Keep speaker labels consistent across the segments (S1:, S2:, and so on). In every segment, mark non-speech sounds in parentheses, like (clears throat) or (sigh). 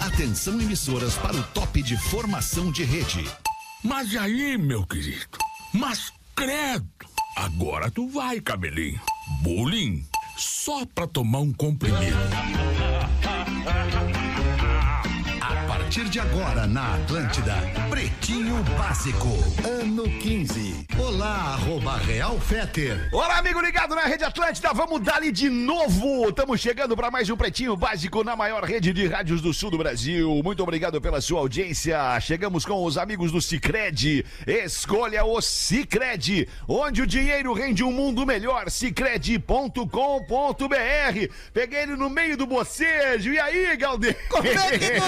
S1: Atenção emissoras para o top de formação de rede.
S2: Mas aí, meu querido, mas credo, agora tu vai, cabelinho. Bullying, só pra tomar um comprimido.
S1: A partir de agora na Atlântida, Pretinho Básico, ano 15. Olá, arroba Real Feter.
S3: Olá, amigo ligado na Rede Atlântida, vamos dali de novo. Estamos chegando para mais um Pretinho Básico na maior rede de rádios do sul do Brasil. Muito obrigado pela sua audiência. Chegamos com os amigos do Cicred. Escolha o Cicred, onde o dinheiro rende um mundo melhor. Cicred.com.br. Peguei ele no meio do bocejo. E aí, Galdê?
S4: Como é que tu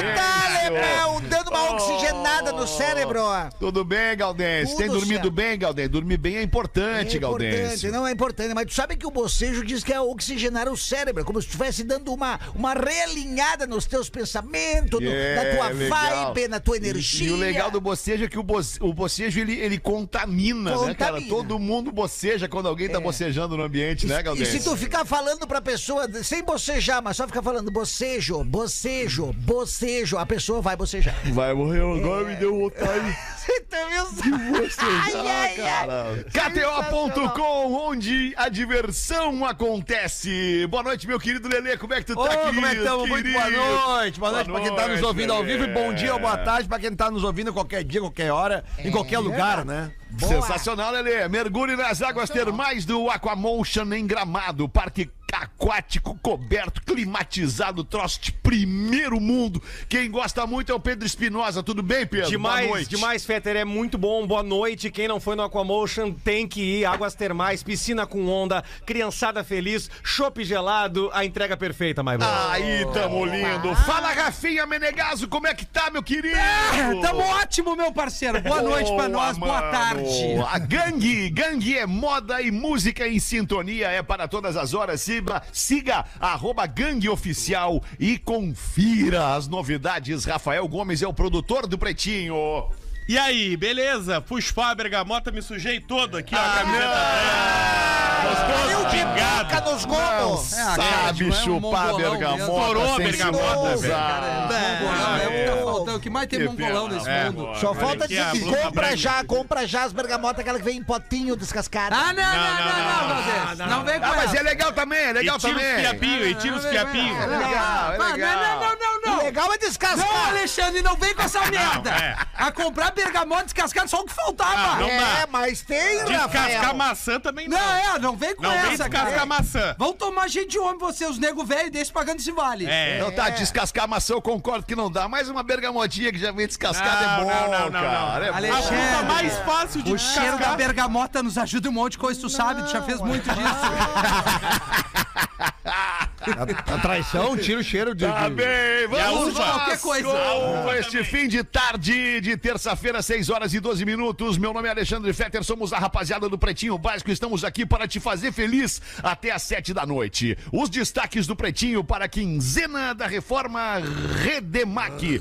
S3: (laughs)
S4: tá, Lebrão? Dando uma oxigenada no cérebro.
S3: Tudo bem, Galdês?
S4: Tudo
S3: Tem dormido
S4: certo.
S3: bem, Galdês? Dormir bem é importante,
S4: É
S3: Galdês.
S4: importante, não é importante, mas tu sabe que o bocejo diz que é oxigenar o cérebro, é como se estivesse dando uma, uma realinhada nos teus pensamentos, no-
S3: É,
S4: na tua
S3: legal.
S4: vibe, na tua
S3: E-
S4: energia.
S3: E, o legal do bocejo é que o, bo, o bocejo ele, ele contamina, né, cara?
S4: Contamina.
S3: Todo mundo boceja quando alguém tá
S4: É.
S3: bocejando no ambiente, né,
S4: E
S3: Galdês?
S4: se tu ficar falando pra pessoa, sem bocejar, mas só ficar falando bocejo, bocejo, bocejo, a pessoa vai bocejar.
S3: Vai morrer agora, me deu um (laughs) vontade.
S4: Você tá vendo? Ai, ai, ai.
S3: KTO.com, onde a diversão acontece. Boa noite, meu querido Lelê, como é que tu tá
S5: Ô,
S3: aqui?
S5: como é que estamos? Muito boa noite. Boa noite
S3: Boa
S5: pra quem tá nos
S3: noite,
S5: ouvindo ao vivo e bom dia ou boa
S3: Lelê.
S5: tarde pra quem tá nos ouvindo qualquer dia, qualquer hora,
S6: É,
S5: em qualquer lugar, né?
S4: Boa.
S3: Sensacional, Lelê. Mergulhe nas águas termais do Aquamotion em Gramado, parque aquático, coberto, climatizado, troço de primeiro mundo. Quem gosta muito é o Pedro Espinosa. Tudo bem, Pedro?
S6: Demais,
S3: Boa noite.
S6: demais, Fetter. É muito bom. Boa noite. Quem não foi no Aquamotion tem que ir. Águas termais, piscina com onda, criançada feliz, chopp gelado, a entrega perfeita, my brother.
S3: Aí, tamo
S7: Ah.
S3: lindo. Fala, Rafinha Menegaso, como é que tá, meu querido?
S7: É, tamo ótimo, meu parceiro. Boa noite pra nós, boa
S3: mano.
S7: tarde.
S3: A gangue, gangue é moda e música em sintonia, é para todas as horas. Siga, siga arroba gangue oficial e confira as novidades. Rafael Gomes é o produtor do Pretinho.
S8: E aí, beleza? Fuspá, bergamota, me sujei todo aqui, ó. a
S4: Caiu
S8: camiseta.
S4: de
S8: Gostoso,
S4: boca
S8: pingado.
S4: nos gomos.
S7: É, a
S3: Sabe
S7: Gretchen, é um
S3: chupar
S7: mongolão mesmo.
S3: bergamota.
S8: Estourou a
S3: sem
S8: bergamota,
S3: se
S8: velho.
S3: usar.
S7: É, mongolão é o que tá faltando. O que mais tem
S3: Que
S7: mongolão
S3: pena,
S7: nesse
S3: é,
S7: mundo?
S8: boa.
S4: Só
S8: Olha
S4: falta
S8: aqui, a
S4: dizer,
S8: blusa
S4: compra
S8: branca.
S4: já, compra já as bergamotas, aquela que vem em potinho descascada.
S7: Ah, não, não, não, não,
S8: não,
S7: Valdez. Não, vem com
S3: Ah, mas é
S7: essa.
S3: legal também, é
S8: E
S3: legal
S8: tira os
S3: também.
S8: fiapinhos, e tira os
S3: É
S8: fiapinhos.
S3: legal, é
S7: Ah,
S3: legal.
S7: Não, não,
S4: O
S7: não, não.
S4: legal é
S7: Não,
S4: descascar.
S7: Alexandre, não vem com essa merda.
S8: é.
S7: A comprar bergamota descascada só o que faltava.
S8: Ah, não.
S4: é,
S8: dá.
S4: mas tem,
S8: Descascar
S4: Rafael.
S8: maçã também não.
S7: Não, é, não vem com
S8: Não vem
S7: essa,
S8: descascar
S7: cara.
S8: maçã.
S7: Vão tomar gente de homem, vocês, os nego velho, deixa pagando esse vale.
S8: É.
S3: Não tá, descascar maçã, eu concordo que não dá. Mais uma bergamotinha que já vem descascada é
S8: Não,
S3: bom,
S8: não,
S3: cara.
S8: não, não, não.
S3: É bom.
S8: A
S7: Alexandre.
S8: fruta Tá mais fácil de
S7: O cheiro da
S8: descascar.
S7: bergamota nos ajuda em um monte de coisa, tu sabe, tu já fez muito disso.
S5: A, a traição tira o cheiro
S6: Ah,
S5: de.
S3: Tá
S5: de-
S3: bem,
S8: E a Ah, tá
S3: vamos
S8: uva?
S7: Qualquer coisa.
S3: Com este fim de tarde de terça-feira, 6 horas e 12 minutos. Meu nome é Alexandre Fetter, somos a rapaziada do Pretinho Básico. Estamos aqui para te fazer feliz até às 7 da noite. Os destaques do Pretinho para a quinzena da reforma Redemac.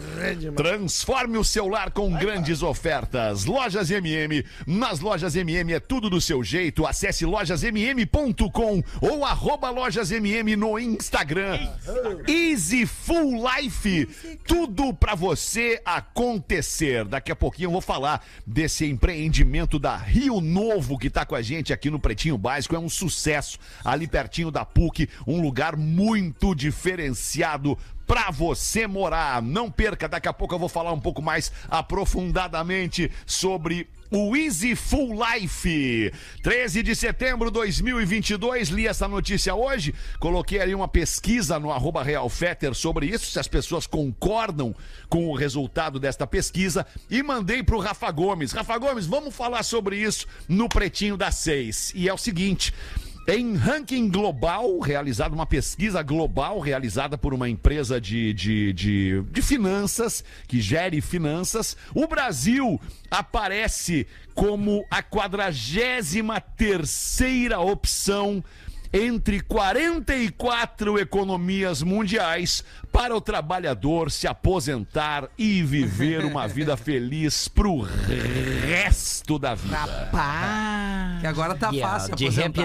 S3: Transforme o seu lar com grandes ofertas. Lojas MM. Nas lojas MM é tudo do seu jeito. Acesse lojasmm.com ou arroba lojasmm no Instagram. Easy Full Life. Tudo pra você acontecer. Daqui a pouquinho eu vou falar desse empreendimento da Rio Novo que tá com a gente aqui no Pretinho Básico. É um sucesso. Ali pertinho da PUC, um lugar muito diferenciado pra você morar. Não perca, daqui a pouco eu vou falar um pouco mais aprofundadamente sobre o Easy Full Life. 13 de setembro de 2022, li essa notícia hoje, coloquei ali uma pesquisa no arroba Real Fetter sobre isso, se as pessoas concordam com o resultado desta pesquisa e mandei pro Rafa Gomes. Rafa Gomes, vamos falar sobre isso no Pretinho das Seis. E é o seguinte, em ranking global, realizado uma pesquisa global realizada por uma empresa de, de, de, de finanças, que gere finanças, o Brasil aparece como a 43 terceira opção entre 44 economias mundiais para o trabalhador se aposentar e viver uma vida feliz pro resto da vida.
S9: Pá.
S7: Que agora tá fácil
S4: de
S7: aposentar.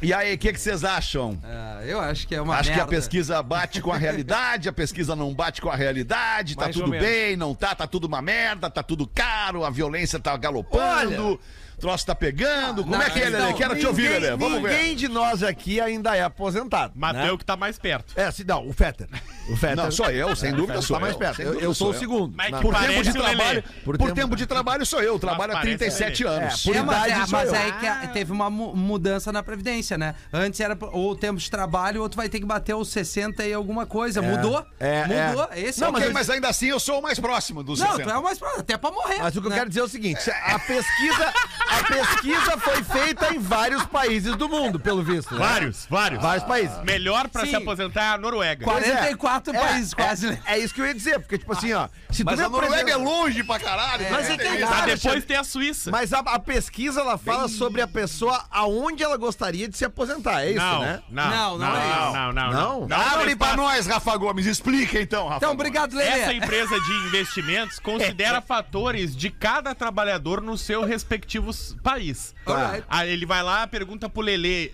S3: E aí, o que que vocês acham?
S7: Ah, eu acho que é uma
S3: Acho
S7: merda.
S3: que a pesquisa bate com a realidade, a pesquisa não bate com a realidade, tá
S10: Mais ou
S3: tudo
S10: menos.
S3: bem, não tá, tá tudo uma merda, tá tudo caro, a violência tá galopando, o troço tá pegando. Como é que é,
S7: não,
S3: Lelê? Quero te ouvir,
S6: Ninguém-
S3: Lelê. Vamos ver.
S6: Ninguém de nós aqui ainda é aposentado.
S8: Mas
S6: né?
S8: tu é o que tá mais perto.
S6: É, se, não, o Fetter. O Fetter.
S3: Não, sou eu, sem dúvida
S6: Tá
S3: sou
S6: mais
S3: eu.
S6: perto.
S3: Sem
S6: Eu,
S3: dúvida
S6: eu sou o
S3: eu.
S6: segundo.
S8: Mas
S6: Na-
S8: que
S3: Por tempo de
S8: parece o Lelê.
S3: trabalho, por
S6: Por
S3: tempo,
S6: tempo-
S3: de trabalho sou eu, trabalho há
S8: parece o
S3: 37
S6: É,
S3: anos.
S6: por
S7: É, mas,
S6: idade
S7: é,
S6: sou
S7: mas
S6: eu.
S7: aí que a- teve uma mu- mudança na Previdência, né? Antes era p- ou tempo de trabalho, ou tu vai ter que bater os 60 e alguma coisa. Mudou?
S6: É,
S7: Mudou?
S6: é.
S7: Esse
S3: Não,
S7: é o
S3: mas,
S7: que-
S3: mas ainda assim eu sou o mais próximo dos
S7: Não,
S3: 60.
S7: tu é o mais próximo, até pra morrer.
S6: Mas o que eu
S7: né?
S6: quero dizer é o seguinte: a pesquisa, a pesquisa foi feita em vários países do mundo, pelo visto. né?
S8: Vários, vários.
S6: Vários países.
S8: Melhor pra
S7: Sim.
S8: se aposentar é a Noruega.
S6: Pois é.
S7: 44
S6: É,
S7: países, quase, né?
S6: É, é isso que eu ia dizer, porque, tipo assim, ó. Se tu
S3: Mas
S6: me
S3: a Noruega é
S6: apresenta-
S3: longe pra caralho. né?
S6: Mas é que é
S8: Tá,
S6: cara,
S8: depois tem a Suíça.
S6: Mas a, a pesquisa ela fala sobre a pessoa aonde ela gostaria de se aposentar, é isso,
S8: não,
S6: né?
S8: não,
S7: Não,
S8: não,
S7: não é
S8: não,
S7: isso.
S8: não, não,
S6: Não?
S8: não.
S3: Abre
S8: não, tá.
S3: pra
S8: não.
S3: nós, Rafa Gomes. Explica então, Rafa.
S7: Então,
S3: Gomes.
S7: obrigado,
S8: Essa
S7: Lelê.
S8: empresa de investimentos
S6: (laughs)
S8: considera
S6: É.
S8: fatores de cada trabalhador no seu respectivo s- país.
S7: Tá.
S8: Ah, ele vai lá, pergunta pro Lelê.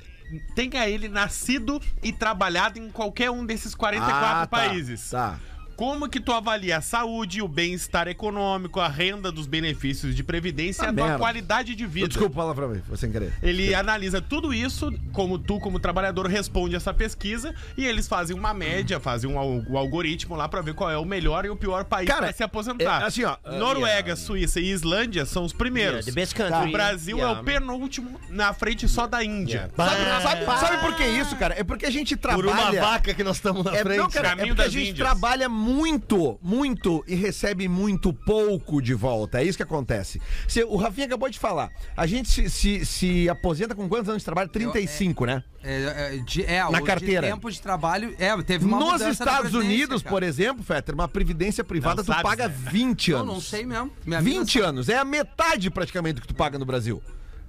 S8: Tenha ele nascido e trabalhado em qualquer um desses 44
S6: Ah, tá,
S8: países.
S6: Tá.
S8: Como que tu avalia a saúde, o bem-estar econômico, a renda dos benefícios de previdência e
S6: Ah,
S8: a tua
S6: merda.
S8: qualidade de vida?
S6: Eu- Desculpa falar pra mim, foi sem querer.
S8: Ele analisa tudo isso, como tu, como trabalhador, responde essa pesquisa, e eles fazem uma média, fazem um, al- um algoritmo lá pra ver qual é o melhor e o pior país
S6: Cara,
S8: pra se aposentar.
S6: é, assim, ó, é,
S8: Noruega, Suíça e Islândia são os primeiros.
S4: The best
S8: O
S4: country.
S8: Brasil é
S4: Yeah.
S8: o penúltimo na frente só da Índia.
S6: Sabe, sabe- sabe por que isso, cara? É porque a gente trabalha.
S4: que nós estamos na
S6: É, não, cara, é
S8: Caminho
S6: porque a
S8: das
S6: gente
S8: Índias.
S6: trabalha muito, muito e recebe muito pouco de volta. É isso que acontece. Se- o Rafinha acabou de falar. A gente se, se- se aposenta com quantos anos de trabalho? 35, né?
S7: É, é, de- é, o de
S6: carteira.
S7: tempo de trabalho. É, teve uma
S6: Nos
S7: mudança na
S6: Estados
S7: Previdência,
S6: Unidos,
S7: cara.
S6: por exemplo, Fetter, uma previdência privada
S8: Não
S6: tu
S8: sabes,
S6: paga
S8: né?
S6: 20
S7: Eu
S6: anos.
S7: não sei mesmo. Minha vida
S6: 20 anos. É a metade praticamente do que tu paga no Brasil.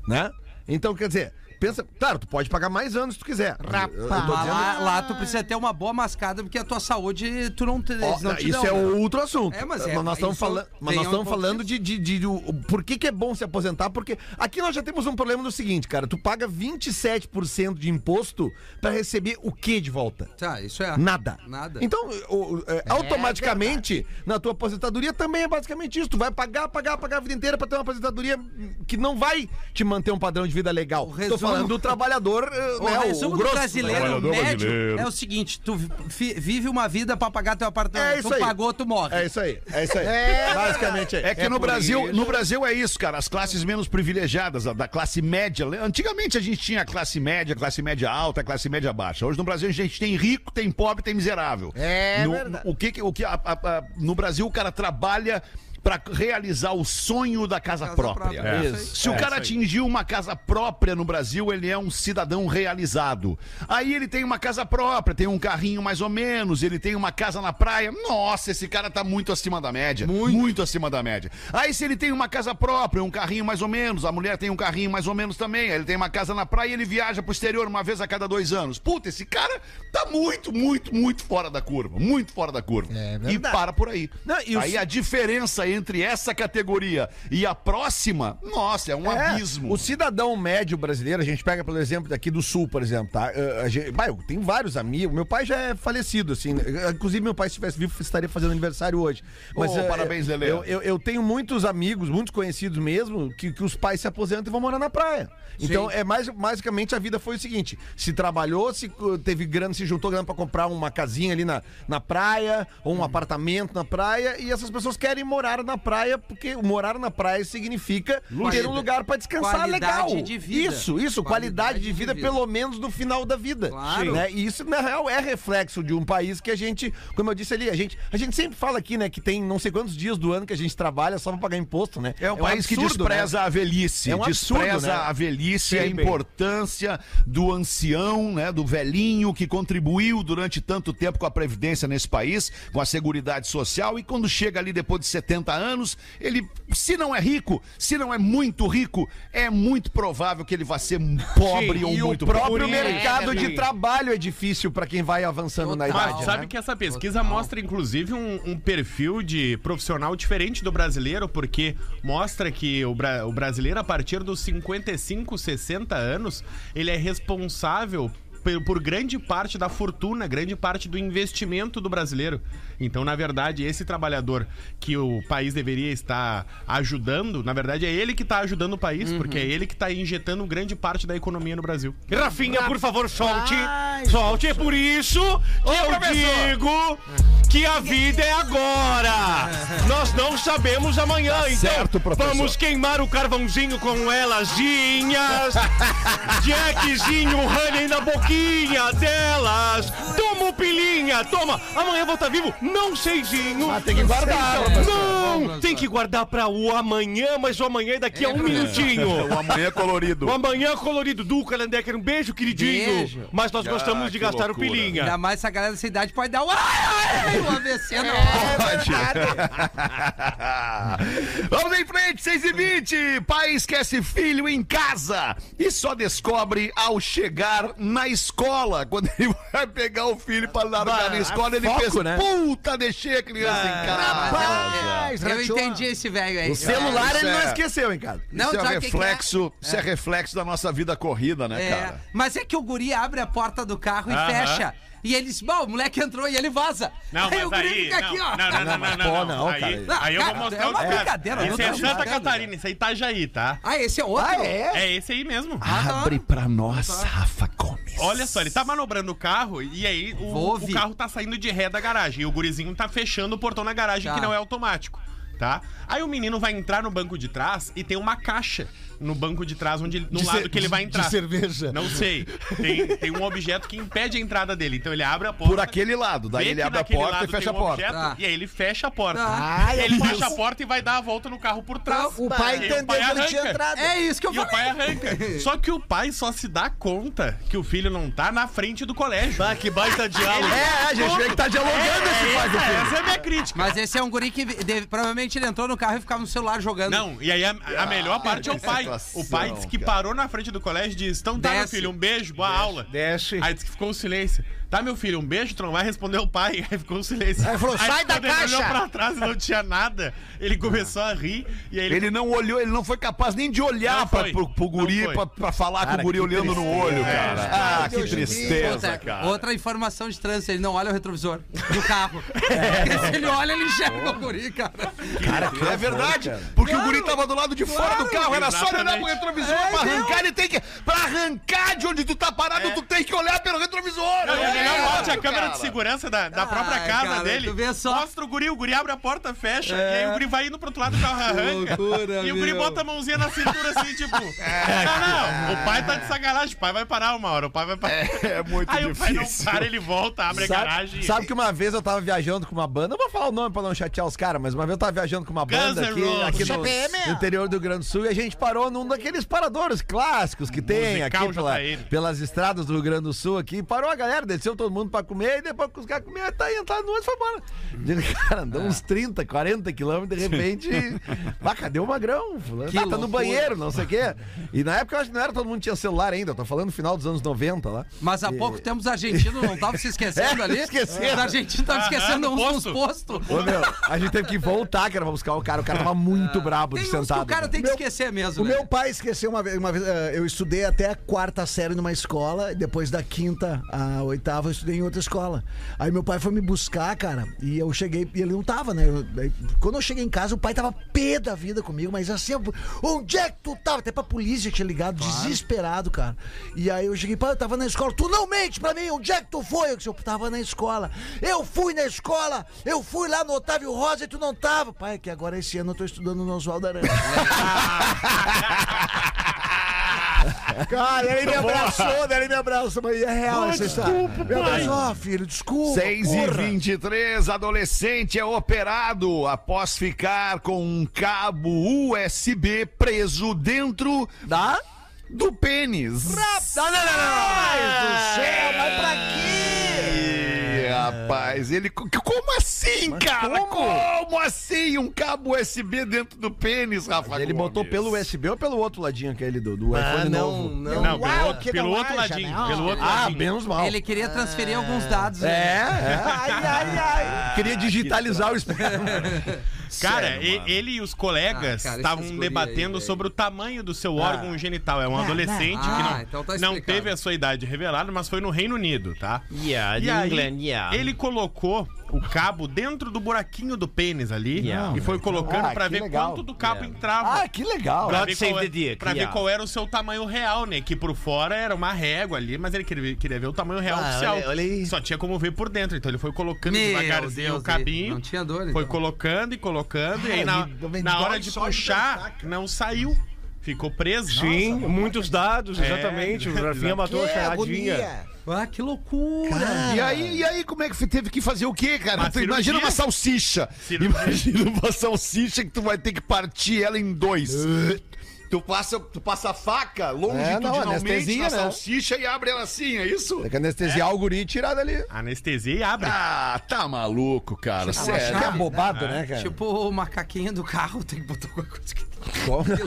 S6: Né? Então, quer dizer, pensa. Claro, tu pode pagar mais anos se tu quiser. Rapaz,
S7: Mas lá, lá tu precisa ter uma boa mascada, porque a tua saúde tu não, te, eles não te
S6: isso
S7: dão,
S6: é
S7: né?
S6: outro assunto.
S7: É, mas é,
S6: nós estamos
S7: isso
S6: falando, mas
S7: tem
S6: nós
S7: um
S6: estamos
S7: pouco
S6: falando de, de, de- o- o- por que, que é bom se aposentar, porque aqui nós já temos um problema do seguinte, cara, tu paga 27% de imposto pra receber o que de volta?
S7: Tá, isso é.
S6: Nada.
S7: Nada.
S6: Então, o- o- é, automaticamente, na tua aposentadoria também é basicamente isso. Tu vai pagar, pagar, pagar a vida inteira pra ter uma aposentadoria que não vai te manter um padrão de vida legal. Tô
S7: resumo-
S6: falando do trabalhador, eh,
S7: O
S6: né, o,
S7: resumo
S6: o
S7: do
S6: grosso.
S7: brasileiro
S3: trabalhador
S7: médio
S3: brasileiro.
S7: é o seguinte: tu vi- vive uma vida pra pagar teu apartamento.
S6: É isso
S7: tu
S6: aí.
S7: pagou, tu morre.
S6: É isso aí, é isso aí. É, basicamente
S3: É que no Brasil, no Brasil é isso, cara. As classes menos privilegiadas, a da classe média. Antigamente a gente tinha classe média, classe média alta, classe média baixa. Hoje no Brasil a gente tem rico, tem pobre, tem miserável.
S6: É
S3: no,
S6: verdade.
S3: O que, que- o que a- a- a- no Brasil o cara trabalha pra realizar o sonho da casa,
S7: Casa
S3: própria.
S7: própria, é isso aí.
S3: Se o cara atingiu uma casa própria no Brasil, ele é um cidadão realizado. Aí ele tem uma casa própria, tem um carrinho mais ou menos, ele tem uma casa na praia. Nossa, esse cara tá muito acima da média. Muito, acima da média. Aí se ele tem uma casa própria, um carrinho mais ou menos, a mulher tem um carrinho mais ou menos também, aí ele tem uma casa na praia e ele viaja pro exterior uma vez a cada dois anos. Puta, esse cara tá muito, muito, muito fora da curva. Muito fora da curva. e para por aí.
S6: É Não, e o
S3: Aí a diferença entre essa categoria e a próxima, nossa, é um
S6: É,
S3: abismo.
S6: O cidadão médio brasileiro, a gente pega pelo exemplo daqui do Sul, por exemplo, tá? Eh, A gente, bah, eu tenho vários amigos. Meu pai já é falecido, assim. né? Inclusive, meu pai, se estivesse vivo, estaria fazendo aniversário hoje. Mas,
S3: Oh,
S6: eh,
S3: parabéns,
S6: eu-
S3: Lelê.
S6: Eu, eu, eu tenho muitos amigos, muitos conhecidos mesmo, que, que os pais se aposentam e vão morar na praia. Então, é mais, basicamente, a vida foi o seguinte: se trabalhou, se eh, teve grana, se juntou grana pra comprar uma casinha ali na, na praia, ou um apartamento na praia, e essas pessoas querem morar na praia, porque morar na praia significa ter um
S7: Qualidade-
S6: lugar pra descansar legal.
S7: qualidade de vida.
S6: Isso, isso, qualidade, de, vida, pelo menos no final da vida.
S7: Claro.
S6: Né? E isso, na real, é reflexo de um país que a gente, como eu disse ali, a gente, a gente sempre fala aqui, né, que tem não sei quantos dias do ano que a gente trabalha só pra pagar imposto, né?
S3: É um país que
S6: absurdo, né?
S3: despreza a velhice,
S6: É um absurdo,
S3: despreza
S6: né?
S3: a velhice, e a
S6: Sim, bem.
S3: importância do ancião, né, do velhinho que contribuiu durante tanto tempo com a previdência nesse país, com a seguridade social e quando chega ali depois de 70
S1: 60 anos, ele, se não é rico, se não é muito rico, é muito provável que ele vá ser pobre
S8: Sim,
S1: ou
S8: e o
S1: muito
S6: O
S1: pobre.
S6: próprio
S8: Por isso,
S6: mercado de
S8: Lin.
S6: trabalho é difícil pra quem vai avançando na
S7: Total.
S6: idade. né?
S8: Mas sabe que essa pesquisa
S7: Total.
S8: mostra, inclusive, um, um perfil de profissional diferente do brasileiro, porque mostra que o, bra- o brasileiro, a partir dos 55, 60 anos, ele é responsável pe- por grande parte da fortuna, grande parte do investimento do brasileiro. Então, na verdade, esse trabalhador que o país deveria estar ajudando, na verdade, é ele que está ajudando o país, porque é ele que está injetando grande parte da economia no Brasil.
S11: Rafinha, por favor, solte.
S3: Ai,
S11: solte. É por isso que eu digo que a vida é agora. Nós não sabemos amanhã,
S7: Tá
S11: então
S1: certo, professor.
S11: vamos queimar o carvãozinho com
S7: (laughs)
S11: elazinhas. Jackzinho, um honey na boquinha delas. Toma o pilinha, toma. Amanhã eu vou estar vivo, não seizinho.
S1: Ah, tem que guardar.
S11: Não, tem que guardar pra o amanhã, mas o amanhã é daqui a um minutinho.
S1: O amanhã é colorido.
S11: O amanhã colorido Duca Landecker, um beijo, queridinho.
S7: Beijo.
S11: Mas nós
S1: Ah,
S11: gostamos de
S1: que
S11: gastar
S1: loucura.
S11: o pilinha.
S7: Ainda mais essa galera dessa idade pode dar um, ai, ai, um AVC na
S6: É,
S7: hora.
S1: Vamos em frente, 6 e 20 Pai esquece filho em casa e só descobre ao chegar na escola. Quando ele (laughs) vai pegar o filho pra largar na
S7: é
S1: escola, ele
S6: foco,
S1: pensa:
S6: né?
S1: puta, deixei a criança em casa.
S7: Ah,
S3: Rapaz,
S7: Eu
S3: rateou.
S7: entendi esse velho aí.
S6: O celular
S1: isso
S6: ele não
S1: é-
S6: esqueceu, hein, cara.
S7: Não,
S1: isso é
S7: sabe o que que é?
S1: reflexo, isso é reflexo da nossa vida corrida, né,
S7: É,
S1: cara?
S7: mas é que o guri abre a porta do carro e fecha. E ele diz, bom, o moleque entrou e ele vaza.
S8: Não,
S7: aí
S8: mas
S7: o guri
S8: aí.
S7: fica aqui,
S8: não,
S7: ó.
S8: Não, não, não,
S6: mas
S8: não,
S6: pô,
S8: não,
S6: não,
S8: Aí,
S7: cara.
S8: aí eu vou
S7: Não,
S8: mostrar
S7: é
S8: o
S7: uma
S8: caso.
S7: brincadeira, não
S8: Esse
S7: tô
S8: é Santa
S7: brincando,
S8: Catarina, esse é Itajaí, tá?
S7: Ah, esse é outro?
S8: É esse aí mesmo.
S7: Ah,
S1: Abre pra nós, Rafa Gomes.
S8: Olha só, ele tá manobrando o carro e aí
S7: Vou
S8: o,
S7: ouvir.
S8: o carro tá saindo de ré da garagem. E o gurizinho tá fechando o portão na garagem,
S7: Tá.
S8: que não é automático, tá? Aí o menino vai entrar no banco de trás e tem uma caixa no banco de trás, onde ele- no lado que ele vai entrar.
S6: cerveja.
S8: Não sei. Tem, tem um objeto que impede a entrada dele. Então ele abre a porta.
S1: Por aquele lado, daí
S8: vê
S1: ele
S8: que
S1: abre a
S8: naquele
S1: porta e
S8: lado
S1: fecha a
S8: tem um
S1: porta. Ah.
S8: objeto,
S7: Tá.
S8: E aí ele fecha a porta.
S7: Tá.
S3: Ai,
S8: ele
S3: eu
S8: fecha a porta e vai dar a volta no carro por trás.
S3: O pai
S11: é
S8: E aí
S3: entendeu que ele tinha
S8: arranca.
S3: entrado.
S7: É isso que eu
S8: E o pai
S7: falei.
S8: arranca. Só que o pai só se dá conta que o filho não tá na frente do colégio. Ah, que baita diálogo.
S6: É, a gente vê que tá dialogando esse pai do
S8: essa,
S6: filho.
S8: essa é a minha crítica.
S7: Mas esse é um guri que de- provavelmente ele entrou no carro e ficava no celular jogando.
S8: Não, e aí a, a melhor parte é o
S1: que situação,
S8: pai. O pai disse que
S1: cara.
S8: parou na frente do colégio e disse: Então tá, meu
S7: Desce.
S8: filho, um beijo, boa aula.
S11: Desce.
S8: Aí disse que ficou o silêncio. Tá, meu filho, um beijo, tu não vai responder o pai. (laughs) Aí ficou o silêncio.
S3: Aí falou, "Sai da
S8: quando ele
S3: caixa!"
S8: olhou pra trás e não tinha nada. Ele começou a rir e aí ele.
S1: Ele não olhou, ele não foi capaz nem de olhar
S8: Não
S1: pra,
S8: foi.
S1: pro, pro
S8: Não
S1: guri,
S8: foi.
S1: pra, pra falar com o guri olhando no olho,
S7: É.
S1: cara. Ah, que
S3: Deus me livre.
S1: tristeza,
S7: outra,
S1: cara.
S7: outra informação de trânsito, ele não olha o retrovisor do carro. Porque se ele olha, ele enxerga o guri, cara.
S1: É verdade, porque o guri tava do lado de fora do carro, era só olhar pro
S8: exatamente. É,
S1: retrovisor pra arrancar, ele tem que. Pra arrancar de onde tu tá parado, tu tem que olhar pelo retrovisor.
S8: É. Não, e
S1: É
S8: o melhor
S1: isso,
S8: parte, a câmera
S1: cara.
S8: de segurança da, da
S7: Ai,
S8: própria casa
S7: cara, tu
S8: dele
S7: vê só. É.
S8: mostra o guri, o guri abre a porta, fecha, e aí o guri vai indo pro outro lado, o carro arranca.
S7: loucura,
S8: e o guri
S7: meu. É,
S8: bota a mãozinha na cintura assim,
S7: (laughs)
S8: tipo. Não, não, o pai tá de sacanagem, o pai vai parar uma hora, o pai vai parar.
S1: É muito
S8: aí o pai não
S1: difícil.
S8: para, ele volta, abre a garagem.
S6: Sabe, sabe que uma vez eu tava viajando com uma banda, não vou falar o nome pra não chatear os caras, mas uma vez eu tava viajando com uma banda
S8: N'
S6: aqui,
S8: Roses.
S6: aqui no,
S3: CPM.
S6: no interior do Rio Grande do Sul e a gente parou num daqueles paradores clássicos que tem
S8: Musical
S6: aqui pela-
S8: JR.
S6: pelas estradas do Rio Grande do Sul aqui. Parou a galera, desceu todo mundo pra comer e depois que os caras comeram, tá aí, entraram no ônibus e foi embora. Digo, (laughs) Cara, andou uns 30, 40 quilômetros de
S8: (laughs)
S6: repente. ah, cadê o magrão? Fulano?
S7: Que
S6: Ah, tá no
S7: loucura.
S6: banheiro, não sei o quê. E na época eu acho que não era todo mundo tinha celular ainda, eu tô falando final dos anos 90 lá.
S7: Mas há pouco temos argentinos, não estavam se esquecendo
S6: É,
S7: ali?
S6: esqueceram.
S7: Os argentinos estavam
S8: Aham,
S7: esquecendo
S8: no
S7: uns
S8: posto.
S7: nos postos.
S6: Ô, meu, a gente teve que voltar, cara, pra buscar o cara. O cara tava muito brabo de
S7: Ah. Tem uns que
S6: sentado.
S7: o cara tem que esquecer mesmo,
S3: O
S7: né?
S3: meu pai esqueceu uma vez, uma vez, eh, eu estudei até a quarta série numa escola, e depois da quinta à oitava eu estudei em outra escola. Aí meu pai foi me buscar, cara, e eu cheguei, e ele não tava, né? Eu- daí, quando eu cheguei em casa, o pai tava pé da vida comigo, mas assim, eu- onde é que tu tava? Até pra polícia tinha ligado, desesperado, cara. E aí eu cheguei, pai, eu tava na escola, tu não mente pra mim, onde é que tu foi? Eu disse, eu tava na escola, eu fui na escola, eu fui lá no Otávio Rosa e tu não tava. Pai, é que agora esse ano eu tô estudando no Oswaldo Aranha.
S7: (laughs)
S3: Cara, ele me
S6: é
S3: abraçou, né? Ele me abraçou, mas é real essa história. Meu Deus, ó, filho, desculpa.
S1: 6 e 23 adolescente é operado após ficar com um cabo USB preso dentro da do pênis. Rapaz do céu, mas pra quê? rapaz, ele. co- Como assim, cara? Como? assim? Um cabo USB dentro do pênis, Rafa?
S6: Ele
S1: Gomes?
S6: botou pelo USB ou pelo outro ladinho aquele do, do
S12: Ah,
S6: iPhone
S12: não,
S6: novo?
S12: não.
S8: Não, é pelo
S6: é
S12: Uau,
S8: outro,
S12: que
S8: pelo outro
S12: bolacha,
S8: ladinho.
S12: né?
S8: Pelo outro
S6: Ah,
S8: ladinho.
S6: menos mal.
S7: Ele queria transferir alguns dados.
S6: É,
S7: né?
S6: é.
S12: Ai, ai, ai.
S6: Queria
S7: Ah,
S6: digitalizar o espelho.
S8: Cara, e- ele e os colegas
S7: Ah, cara,
S8: estavam
S7: esses guri
S8: debatendo
S7: aí,
S8: sobre o tamanho do seu órgão
S6: Ah.
S8: genital. É um adolescente
S7: não.
S8: que não,
S7: Ah, então tá
S8: não
S7: explicado.
S8: teve a sua idade revelada, mas foi no Reino Unido, tá?
S12: Yeah,
S8: E
S12: the
S8: aí,
S12: England, yeah.
S8: ele colocou o cabo dentro do buraquinho do pênis ali
S12: Yeah.
S8: e foi colocando
S6: Ah,
S8: pra
S6: que
S8: ver
S6: legal.
S8: quanto do cabo
S12: Yeah.
S8: entrava.
S6: Ah, (laughs) que legal.
S8: Pra,
S12: É. God
S8: ver
S12: save
S8: qual,
S12: the
S8: é-
S12: dick,
S8: pra ver
S12: yeah.
S8: qual era o seu tamanho real, né? Que por fora era uma régua ali, mas ele queria, ver- queria ver o tamanho real
S12: Ah,
S8: oficial.
S12: olha- olha aí.
S8: Só tinha como ver por dentro. Então ele foi colocando
S7: Meu
S8: devagarzinho
S7: Deus,
S8: o cabinho.
S7: não tinha dor,
S8: Foi
S7: então.
S8: colocando e colocando. e aí na, na hora de puxar, não saiu. Ficou preso.
S11: Sim, muitos dados,
S8: É,
S11: exatamente. o Rafinha
S8: exato.
S11: matou a
S12: Que
S11: charadinha.
S12: agonia.
S7: Ah, que loucura!
S1: E aí, e aí, como é que você teve que fazer o quê, cara?
S8: Uma
S1: Tu imagina
S8: cirurgia.
S1: uma salsicha.
S8: Cirurgia.
S1: Imagina uma salsicha que tu vai ter que partir ela em
S6: (laughs)
S1: dois. Tu passa, tu passa a faca longitudinalmente
S6: É,
S1: na
S6: anestesia, né?
S1: salsicha e abre ela assim, é isso?
S6: Tem que anestesiar o guri e tirar dali.
S8: Anestesia e abre.
S1: Ah, tá maluco, cara.
S6: É,
S1: Sério.
S6: que abobado, né, cara?
S7: Tipo o macaquinho do carro, tem que botar alguma coisa que. Que loucura.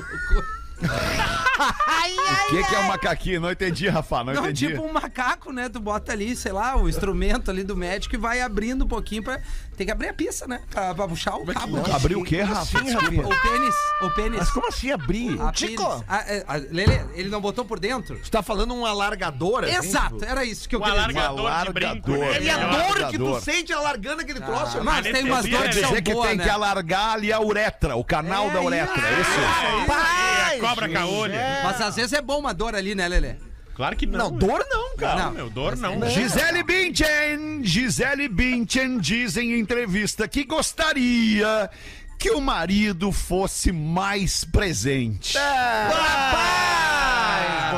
S1: O que, que é um macaquinho? Não entendi, Rafa, não,
S7: Não,
S1: entendi.
S7: tipo um macaco, né? Tu bota ali, sei lá, o instrumento ali do médico e vai abrindo um pouquinho pra. Tem que abrir a pista, né? Pra, pra puxar o cabo.
S1: Abriu o quê, Rafa?
S6: Sim, Rafinha.
S7: O pênis. O pênis.
S6: Mas como assim abrir?
S7: A
S12: Tico?
S7: pênis. Ah, é, ah, Lelê, ele não botou por dentro?
S6: Tu tá falando um alargador, assim?
S7: Exato, era isso que eu
S8: O
S7: queria dizer.
S8: alargador, de brinco. né?
S6: E a dor que tu
S1: Alargador.
S6: sente alargando aquele troço.
S7: Ah, mas tem umas
S8: Anestesia,
S7: dores que
S8: né?
S7: são
S1: Dizer que
S7: boas,
S1: tem
S7: né?
S1: que alargar ali a uretra, o canal
S7: É
S1: da uretra, é
S7: isso.
S1: isso?
S8: É, a cobra caolha.
S7: Mas às vezes é bom uma dor ali, né, Lelê?
S8: Claro que não. né?
S6: Não, dor não, cara.
S8: Não,
S7: Não.
S8: meu, dor não.
S1: né? Gisele Bündchen, Gisele Bündchen diz em entrevista que gostaria que o marido fosse mais presente.
S12: Rapaz!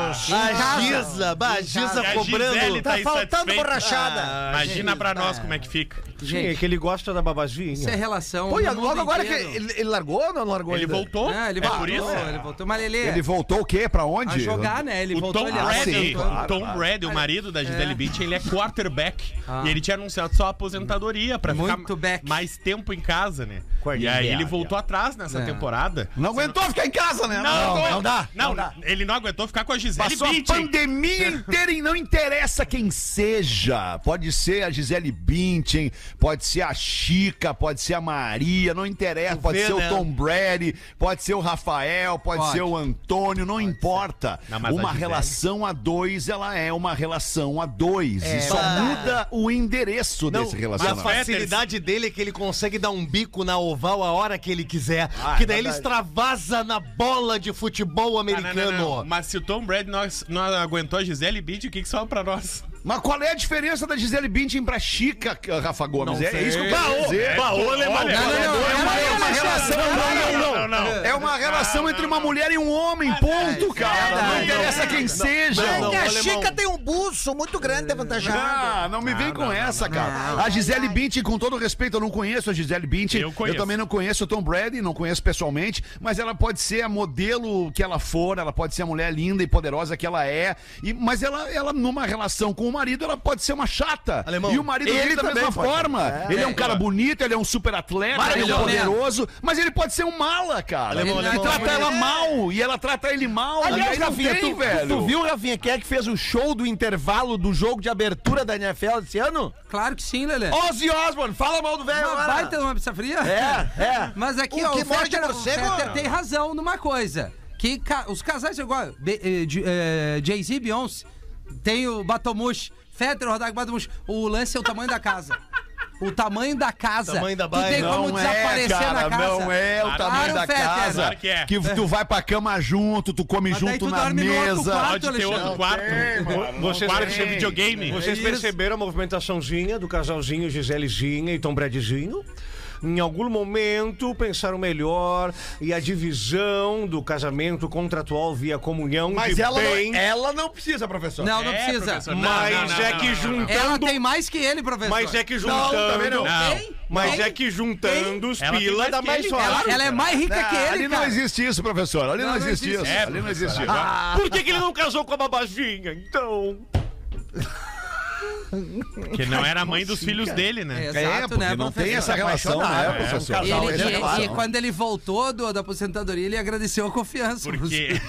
S12: A Gisa, bah, a Gisa
S8: E a Gisele
S12: cobrando. Tá
S8: tá
S12: faltando
S8: insatisfeita. Ah,
S6: Ah,
S12: borrachada.
S8: Imagina pra nós como é que fica.
S11: Sim, é
S7: Gente,
S11: que ele gosta da babazinha.
S7: isso é relação.
S6: Pô, e
S7: do mundo
S6: logo agora que
S7: inteiro.
S6: ele, ele largou ou não largou
S8: Ele
S6: ainda?
S8: voltou?
S7: Ah, ele
S8: é
S7: voltou,
S8: por isso?
S7: ele voltou. Mas Lelê,
S1: Ele voltou o quê? Pra
S7: a
S1: onde?
S7: jogar, né? Ele
S8: O
S7: voltou
S8: Tom
S7: ele ah,
S8: Brady,
S7: sim.
S8: o Tom Brady, o marido da Gisele Beach, ele é quarterback.
S12: Ah.
S8: E ele tinha anunciado sua aposentadoria pra
S7: Muito
S8: ficar
S7: back.
S8: mais tempo em casa, né? E
S12: Quarterback.
S8: aí ele voltou atrás nessa
S12: É.
S8: temporada.
S1: Não aguentou ficar em casa, né?
S8: não, dá. Não, ele não aguentou ficar com a Gisele
S1: Passou a
S8: Bündchen.
S1: pandemia inteira e não interessa quem seja. Pode ser a Gisele Bündchen, pode ser a Chica, pode ser a Maria, não interessa. Pode
S12: vê,
S1: ser
S12: né?
S1: o Tom Brady, pode ser o Rafael, pode,
S7: Pode.
S1: ser o Antônio, não importa.
S8: Não, mas a
S1: uma
S8: Gisele-
S1: relação a dois, ela é uma relação a dois.
S8: É.
S1: e só
S12: mas-
S1: muda o endereço
S12: Não, mas
S1: desse
S12: a
S1: relacionamento.
S12: facilidade dele é que ele consegue dar um bico na oval a hora que ele quiser. que daí ele extravasa na bola de futebol
S8: Ah, é não,
S12: americano.
S8: não, não. Mas se o Tom Brady não, não aguentou a Gisele Beach, o que, que sobra pra nós?
S1: Mas qual é a diferença da Gisele Bündchen pra Chica, Rafa Gomes? É, isso que eu quero dizer.
S8: Baô, alemão.
S1: Olha,
S8: Não,
S1: é
S8: não,
S1: uma- é uma relação
S8: não, não, não, não. Ah, É
S1: É uma relação entre uma mulher e um homem, ponto, cara. Não,
S12: não,
S1: interessa quem seja.
S12: não, não.
S1: Não,
S12: o
S1: não,
S12: alemão. tem um buço muito grande
S4: tá
S12: avantajado.
S1: me
S8: Ah,
S1: vem com essa, cara. a Gisele Bündchen, com todo respeito, eu não conheço a Gisele Bündchen.
S8: Eu conheço.
S1: também não conheço o Tom Brady, não conheço pessoalmente, mas ela pode ser a modelo que ela for, ela pode ser a mulher linda e poderosa que ela é, e- mas ela, ela numa relação com o marido, ela pode ser uma chata.
S12: Alemão,
S1: e o marido
S12: ele
S1: dele da
S12: também
S1: mesma
S12: pode.
S1: forma. Ele é um cara bonito, ele é um super atleta, ele é um
S7: Maravilhoso.
S1: poderoso, mas ele pode ser um mala, cara.
S12: Alemão,
S1: ele
S12: alemão,
S1: trata
S12: alemão.
S1: ela mal e ela trata ele mal. e
S6: Aliás,
S1: aí não
S6: Rafinha,
S1: tem,
S6: tu,
S1: velho.
S6: tu viu, Rafinha, quem é que fez o show do intervalo do jogo de abertura da NFL desse ano?
S7: Claro que sim, Lelê.
S6: Ozzy Osbourne, fala mal do velho
S7: Uma
S6: agora.
S7: baita de uma pizza fria?
S6: É, é.
S7: Mas aqui,
S12: O
S7: ó,
S12: que
S7: o
S12: morde
S7: Fetter, o
S12: morcego?
S7: Fetter tem razão numa coisa. Que ca- os casais agora, Be- eh, de- eh, Jay-Z e Beyoncé, tem o Batomush, Fetter, Rodak Batomush. O lance é o tamanho da casa. O tamanho da casa.
S12: Tamanho da
S7: tu tem
S12: baia.
S7: como
S1: Não
S7: desaparecer na casa.
S1: Não é o
S8: Claro,
S1: tamanho da
S7: Fetter.
S1: casa.
S8: Claro que é.
S1: tu vai pra cama junto, tu come
S7: Mas daí
S1: junto
S7: tu
S1: na
S7: dorme no outro
S1: mesa.
S7: quarto.
S8: Pode ter outro
S7: Alexandre.
S8: quarto.
S11: Vocês-
S8: Quarto de videogame.
S11: Vocês
S7: É isso.
S11: perceberam a movimentaçãozinha do casalzinho Giselezinha e Tom Bradezinho? Em algum momento pensaram melhor e a divisão do casamento contratual via comunhão
S6: Mas
S11: de
S6: ela
S11: bem.
S6: não, ela não precisa, professor.
S7: Não, não
S8: É,
S7: precisa.
S8: professor, não,
S11: Mas
S8: não, não,
S11: é
S8: não,
S11: que
S8: não, não.
S11: juntando.
S7: Ela tem mais que ele, professor.
S11: Mas é que juntando.
S8: Não.
S11: Mas
S7: Tem?
S11: é que juntando os
S8: Ela tem
S11: pila
S8: mais
S11: dá
S8: que
S11: mais
S8: ele.
S11: sorte.
S7: Ela, ela é mais rica que
S1: Ah, ali
S7: ele,
S1: não
S7: cara.
S1: existe isso, professor. Ali não,
S7: Não, não
S1: existe
S7: existe.
S1: isso.
S8: É,
S1: ali não
S8: professor,
S1: existe.
S8: agora-
S11: Por que, que ele não casou com a babazinha, então?
S8: Que não era a mãe dos filhos dele, né?
S1: É,
S7: Exato, né,
S6: não tem
S7: professor?
S6: essa relação, né,
S8: É,
S6: professor?
S7: E, ele-
S6: Não,
S7: e-
S6: é claro.
S7: e quando ele voltou do, da aposentadoria, ele agradeceu a confiança.
S8: Porque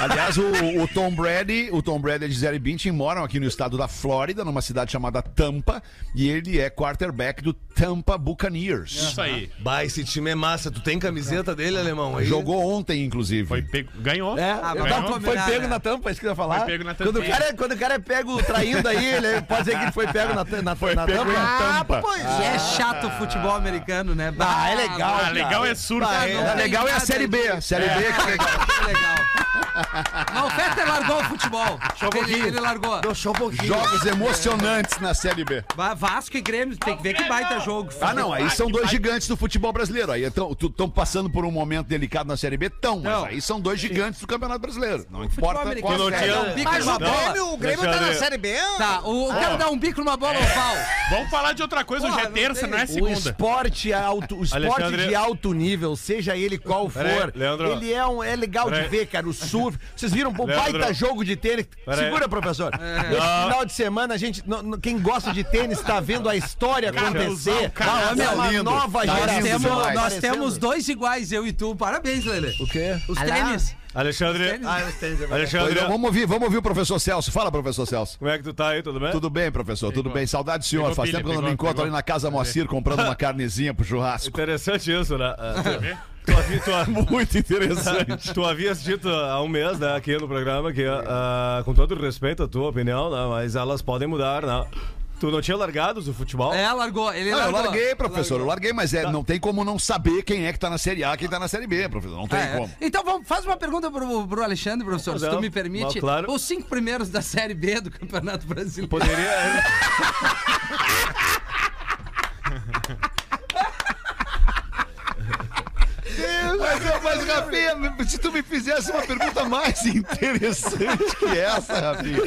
S1: Aliás, o, o Tom Brady, o Tom Brady e a Gisele Bündchen moram aqui no estado da Flórida, numa cidade chamada Tampa, e ele é quarterback do Tampa Buccaneers.
S8: (laughs) isso aí.
S12: Bah, esse time é
S8: Tá
S12: massa. Tu tem camiseta dele, alemão? Aí?
S1: Jogou ontem, inclusive.
S8: Foi pego, ganhou.
S6: É,
S7: Ah,
S6: eu tava-
S7: mas vamos
S6: foi
S7: combinar,
S6: pego
S7: né?
S6: na tampa, é isso que eu ia falar.
S8: Foi pego na
S6: Quando o,
S8: tampinha.
S6: cara, quando o cara é pego traindo aí, ele pode dizer que ele foi pego na, ta- na, na
S8: pego
S6: tampa.
S8: em tampa.
S6: Ah, pois
S7: E
S6: é.
S7: é chato o futebol americano, né?
S6: Ah, é legal.
S8: Ah, legal é surto.
S6: Ah, é.
S7: Não tem
S1: legal é a
S7: nada
S1: Série B.
S7: disso.
S1: a Série B é que legal.
S7: Que é legal. Não, o Fetter largou o futebol. Ele, ele largou.
S6: Deixou um pouquinho.
S1: Jogos emocionantes na Série B.
S7: Va- Vasco e Grêmio, tem que ver que baita jogo.
S1: Ah, não, aí são dois gigantes do futebol brasileiro. Aí estão passando por um momento delicado na Série B? Tão, mas
S7: Não.
S1: aí são dois gigantes do Campeonato Brasileiro. Não importa
S7: Futebol
S1: qual
S7: americano.
S1: série.
S7: Dá um bico numa bola.
S8: o Grêmio tá na série B.
S7: Tá, o,
S1: É.
S7: eu quero dar um bico numa bola oval.
S8: Vamos falar de outra coisa, hoje
S7: Porra,
S8: é
S7: não
S8: terça,
S7: tem.
S8: não é
S6: O
S8: segunda.
S6: esporte, é alto, o esporte
S8: Alexandre-
S6: de alto nível, seja ele qual for,
S8: Peraí, Leandro.
S6: ele é, um, é legal de
S8: Peraí.
S6: ver, cara. O surf. Vocês viram o
S8: Leandro.
S6: baita jogo de tênis?
S8: Peraí.
S6: Segura, professor. Esse final de semana, a gente. no- no- quem gosta de tênis tá vendo a história acontecer.
S8: cara,
S6: Tá uma
S1: lindo.
S6: nova
S1: Tá
S6: geração.
S7: Nós,
S1: lindo
S7: temos,
S1: demais.
S7: nós
S6: aparecendo.
S7: temos dois iguais, eu e tu. Parabéns, Lele.
S6: O quê?
S7: Os tênis.
S13: Alexandre,
S1: Pois
S13: Alexandre,
S1: não, vamos ouvir, vamos ouvir o professor Celso. Fala, professor Celso.
S13: como é que tu tá aí? Tudo bem?
S1: Tudo bem, professor? Tudo bem? Saudade do senhor.
S8: Pegou
S1: Faz
S8: pilha,
S1: tempo que eu não
S8: pegou,
S1: me encontro
S8: pegou.
S1: ali na casa Moacir comprando uma carnezinha pro churrasco.
S13: Interessante isso, né? Ah, Tu, tu havia, tu,
S6: (laughs)
S13: ha-
S1: Muito
S13: (laughs)
S1: interessante.
S13: tu havias dito há um mês, né, aqui no programa, que ah, com todo respeito à tua opinião, né, mas elas podem mudar, né? Tu não tinha largado o futebol?
S7: É, largou. Ele
S1: Não, eu
S7: largou.
S1: larguei, professor, eu larguei, mas é, não tem como não saber quem é que tá na Série A, quem tá na Série B, professor. Não tem
S7: Ah, é.
S1: como.
S7: Então vamos, faz uma pergunta pro, pro Alexandre, professor, se
S13: Não,
S7: tu me
S13: não,
S7: permite.
S13: claro.
S7: Os cinco primeiros da Série B do Campeonato Brasileiro.
S13: Poderia.
S1: Mas, mas, Rafinha, se tu me fizesse uma pergunta mais interessante que essa, Rafinha,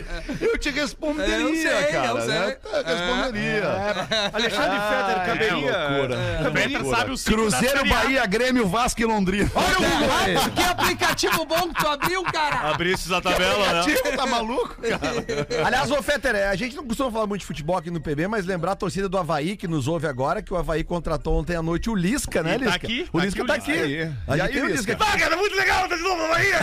S1: eu te responderia,
S7: Eu sei,
S1: cara.
S7: eu sei.
S1: né? Eu responderia. Ah,
S13: Alexandre Feder caberia.
S1: loucura.
S8: Petra sabe o cinco da
S1: Cruzeiro,
S8: Série A.
S1: Bahia, Grêmio, Vasco e Londrina.
S7: Olha o Vasco, que aplicativo bom que tu abriu, cara!
S13: Abrisses a tabela, né?
S1: Tipo, tá maluco, cara?
S6: Aliás, ô Fetter, é, a gente não costuma falar muito de futebol aqui no PB, mas lembrar a torcida do Havaí que nos ouve agora, que o Havaí contratou ontem à noite o Lisca, né,
S8: E tá
S6: Lisca?
S8: aqui,
S6: o
S8: tá
S6: Lisca
S8: aqui
S6: tá
S8: o
S6: aqui.
S8: Lisca.
S6: Aí,
S1: E aí,
S6: aí, tem o Lisca.
S1: Lisca?
S8: Ah, cara, muito legal, tá de novo na Bahia.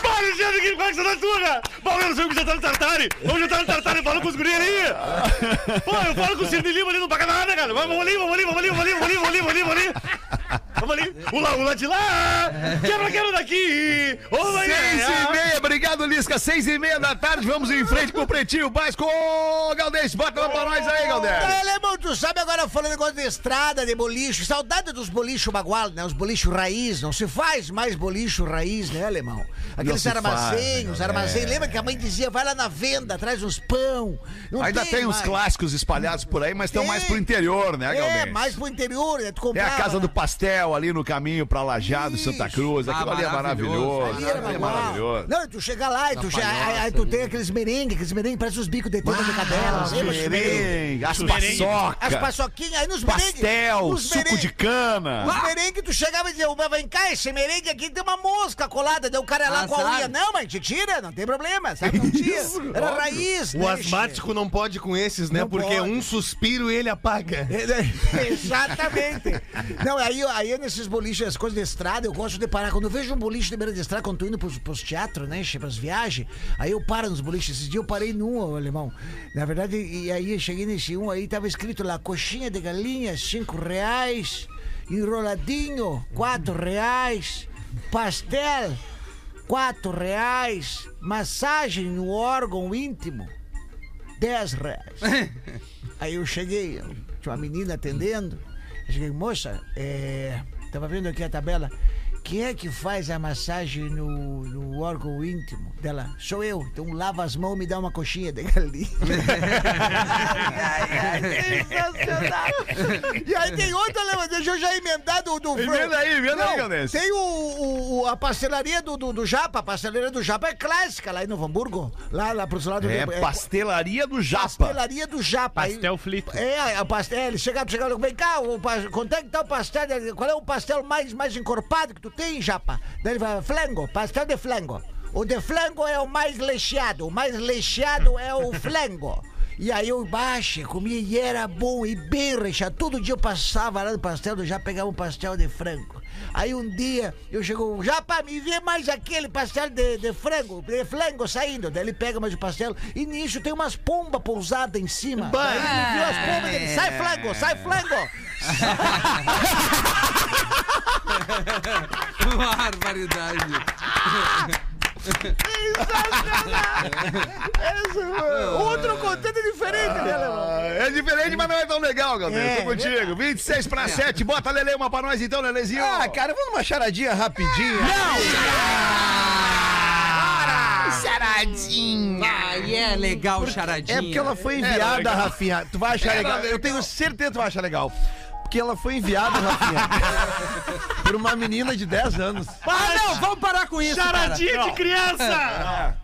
S8: Pô, Alexandre, que coisa da tua, né? Palmeiras foi jantar no Tartari. Vamos jantar no Tartari, fala com os guris ali.
S11: (laughs)
S8: Pô, eu falo com o Cirne Lima ali, não paga nada, cara. Vamos ali, vamos ali, vamos ali, vamos ali, vamos ali, vamos ali, vamos ali. Vamos ali. Vamos ali. O lá, o lá de lá. Quebra, quebra daqui. Ô, Bahia.
S1: Seis e meia, obrigado, Lisca. Seis e meia da tarde, vamos em frente com o Pretinho Básico. Ô, Galdês, bota uma pra nós aí, Galdês.
S4: Alemão, é tu sabe agora falando agora de estrada, de bolicho, saudade dos bolichos bagual, né? Os bolichos raiz, não se faz mais bolicho raiz, né, alemão? Aqueles
S1: se né? É.
S4: armazéns, os armazéns, lembra que a mãe dizia, vai lá na venda, traz uns pão. Não
S1: Ainda tem uns
S4: mais.
S1: clássicos espalhados por aí, mas estão
S4: Tem.
S1: mais pro interior, né, Galdês?
S4: É, mais pro interior, né? Tu
S1: É
S4: comprava,
S1: a casa do
S4: né?
S1: pastel ali no caminho pra Lajado, Santa Cruz. Aquilo
S7: Ah,
S1: ali é
S7: maravilhoso.
S1: maravilhoso.
S4: Ali
S1: Aquilo
S4: era
S1: ali é
S4: bagual.
S1: maravilhoso.
S4: Não, e tu chega lá e tu, já, aí, aí tu tem aqueles merengue, aqueles merengue, parece os bicos de teta de cadela. lembra?
S1: Ah, Merengue, As
S8: Merengue.
S4: As
S1: paçoca,
S4: paçoquinhas, aí nos merengue.
S1: pastel,
S4: nos
S1: suco
S4: merengue-
S1: de
S12: Tá.
S1: cana.
S4: Os merengue, tu chegava e dizia, "Mas vem cá, esse merengue aqui tem uma mosca colada, deu o cara lá
S7: Ah,
S4: com a
S7: sabe?
S4: unha. Não, mas te tira, não tem problema, sabe?
S12: (laughs)
S4: Não tira. Era raiz,
S12: O
S4: né,
S12: asmático não pode com esses, né?
S4: Não
S12: Porque
S4: pode.
S12: um suspiro e ele apaga.
S4: che- (laughs) Exatamente. Não, aí, aí é nesses boliches, as coisas de estrada, eu gosto de parar. Quando eu vejo um boliche de beira de estrada, quando tô indo pros, pros teatros, né, che, pras viagens, aí eu paro nos boliches. Esse dia eu parei num, ô, alemão. Na verdade, e aí eu cheguei nesse um, aí tava escrito lá, coxinha de galinha, cinco reais, enroladinho, quatro reais, pastel... quatro reais, massagem no órgão íntimo, dez reais.
S1: (laughs)
S4: Aí eu cheguei, eu- tinha uma menina atendendo, eu cheguei, moça, é, tava vendo aqui a tabela, quem é que faz a massagem no, no órgão íntimo dela? Sou eu, então lava as mãos e me dá uma coxinha
S1: (laughs)
S4: de galinha. ai, ai, sensacional. E aí tem outra, lembra? deixa eu já emendar do... do
S1: Emenda aí, emenda aí,
S4: Não,
S1: Galdês.
S4: tem o, o- o- a pastelaria do, do, do Japa. A pastelaria do Japa é clássica lá em Novo Hamburgo. Lá, lá pro lado
S1: É
S4: do.
S1: pastelaria do Japa.
S4: Pastelaria do Japa. Aí-
S8: Pastel frito.
S4: É, a pastel, ele chegava, chegava, vem cá, o, pas- quanto é que tá o pastel? Qual é o pastel mais, mais encorpado que tu tem, Japa? Daí ele vai, flango, pastel de flango. O de flango é o mais leixado, o mais leixado é o flango. E aí eu baixa, comia e era bom e bem recheado. Todo dia eu passava lá no pastel, eu já pegava um pastel de frango. Aí um dia eu chegou, já para me ver mais aquele pastel de, de frango, de flango saindo. Daí ele pega mais o pastel e nisso tem umas pombas pousadas em cima. Daí ele viu as pombas dele, sai flango, sai flango.
S7: (laughs) Barbaridade.
S4: Outro conteúdo diferente, né, Alemão?
S1: Ah, É diferente, mas não é tão legal, Gabriel.
S4: É,
S1: Tô contigo. 26 pra 7. Bota Lele uma pra nós então, Lelezinho.
S6: Ah, cara, vamos numa charadinha rapidinha.
S1: Ah.
S7: Ai, é legal o charadinha.
S6: É
S7: Ah,
S6: porque ela foi enviada, Rafinha. Tu vai achar legal. Eu tenho certeza que tu vai achar legal. Porque ela foi enviada,
S7: (laughs)
S6: Rafinha, por uma menina de 10 anos.
S7: Ah, não, vamos parar com isso, Charadinha.
S11: de criança!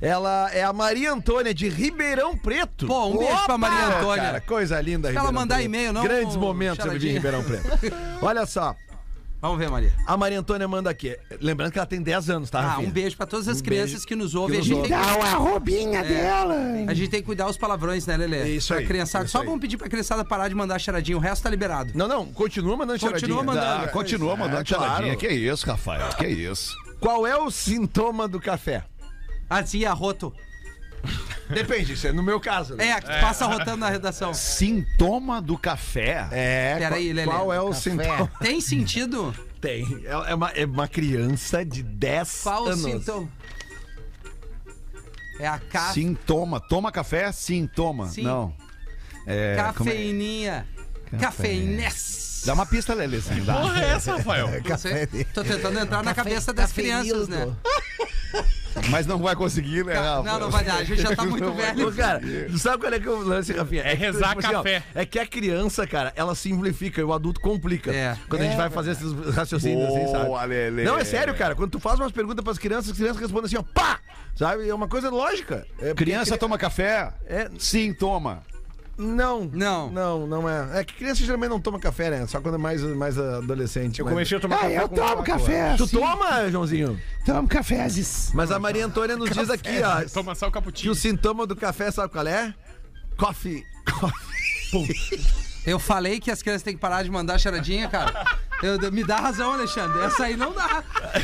S6: Ela é a Maria Antônia de Ribeirão Preto.
S7: Pô, um beijo pra Maria Antônia.
S6: Cara, coisa linda,
S7: ela
S6: Ribeirão
S7: mandar
S6: Preto.
S7: e-mail, não,
S6: Grandes momentos eu vivi em
S7: charadinha.
S6: Ribeirão Preto.
S7: (laughs)
S6: Olha só,
S7: Vamos ver, Maria.
S6: a Maria Antônia manda aqui. Lembrando que ela tem 10 anos, tá,
S7: Ah,
S6: Rafinha?
S7: um beijo pra todas as
S6: Um
S7: crianças
S6: beijo
S7: que nos ouvem.
S6: que
S7: a, gente
S6: nos
S7: tem que, É.
S4: a roubinha dela.
S7: a gente tem que cuidar os palavrões, né, Lelê?
S6: É Isso
S7: pra
S6: aí,
S7: criançada.
S6: isso
S7: Só
S6: aí.
S7: vamos pedir pra criançada parar de mandar charadinha. O resto tá liberado.
S6: Não, não, continua mandando charadinha.
S7: Continua mandando. é.
S1: Ah, continua
S4: É,
S1: mandando charadinha. Que isso, Rafael? Que isso?
S6: Qual é o sintoma do café?
S7: Assim, arroto.
S6: Depende, isso é no meu caso. né?
S7: É, que tu passa rotando na redação.
S1: Sintoma do café.
S6: É,
S7: Peraí,
S6: qual,
S7: Lelê.
S6: qual é o
S4: Café.
S6: sintoma?
S7: Tem sentido?
S6: (laughs) Tem. É é uma, é uma criança de 10
S7: Qual o
S6: anos.
S7: sintoma? É a ca...
S1: Sintoma. Toma café, sintoma.
S7: Sim.
S1: Não. É, como é?
S7: cafeininha. Cafeiness.
S1: Dá uma pista, Lelezinho. dá.
S8: Porra, é essa, Rafael?
S7: Não sei. Tô tentando entrar na cabeça
S4: Tá
S7: das crianças,
S4: É
S7: né?
S1: Mas não vai conseguir, né, Rafa?
S7: Não, não vai dar. A gente já tá muito velho.
S6: Ô, cara, tu sabe qual é que é o lance, Rafinha? É, que,
S8: rezar
S6: ó,
S8: café.
S6: é que a criança, cara, ela simplifica e o adulto complica.
S7: É.
S6: Quando a gente vai fazer esses raciocínios assim, sabe?
S1: Boa, Lelê.
S6: Não, é sério, cara. Quando tu faz umas perguntas pras crianças, as crianças respondem assim, ó, pá! Sabe? É uma coisa lógica. É porque
S1: Criança toma café?
S6: É.
S1: Sintoma.
S6: Não.
S7: Não.
S6: Não, não é. É que criança geralmente não toma café, né? Só quando é mais, mais adolescente.
S13: Eu
S6: mas-
S13: comecei a
S8: Ah,
S13: tomar
S1: é,
S13: café com Coca-Cola.
S6: Tu toma, Joãozinho?
S1: Tomo cafés.
S6: Mas a Maria Antônia nos diz aqui, ó,
S8: Toma só o
S6: que
S8: caputinho.
S6: o sintoma do café, sabe qual é? Coffee.
S7: Eu falei que as crianças têm que parar de mandar charadinha, cara. Eu- me dá razão, Alexandre. Essa aí não dá.
S4: Não,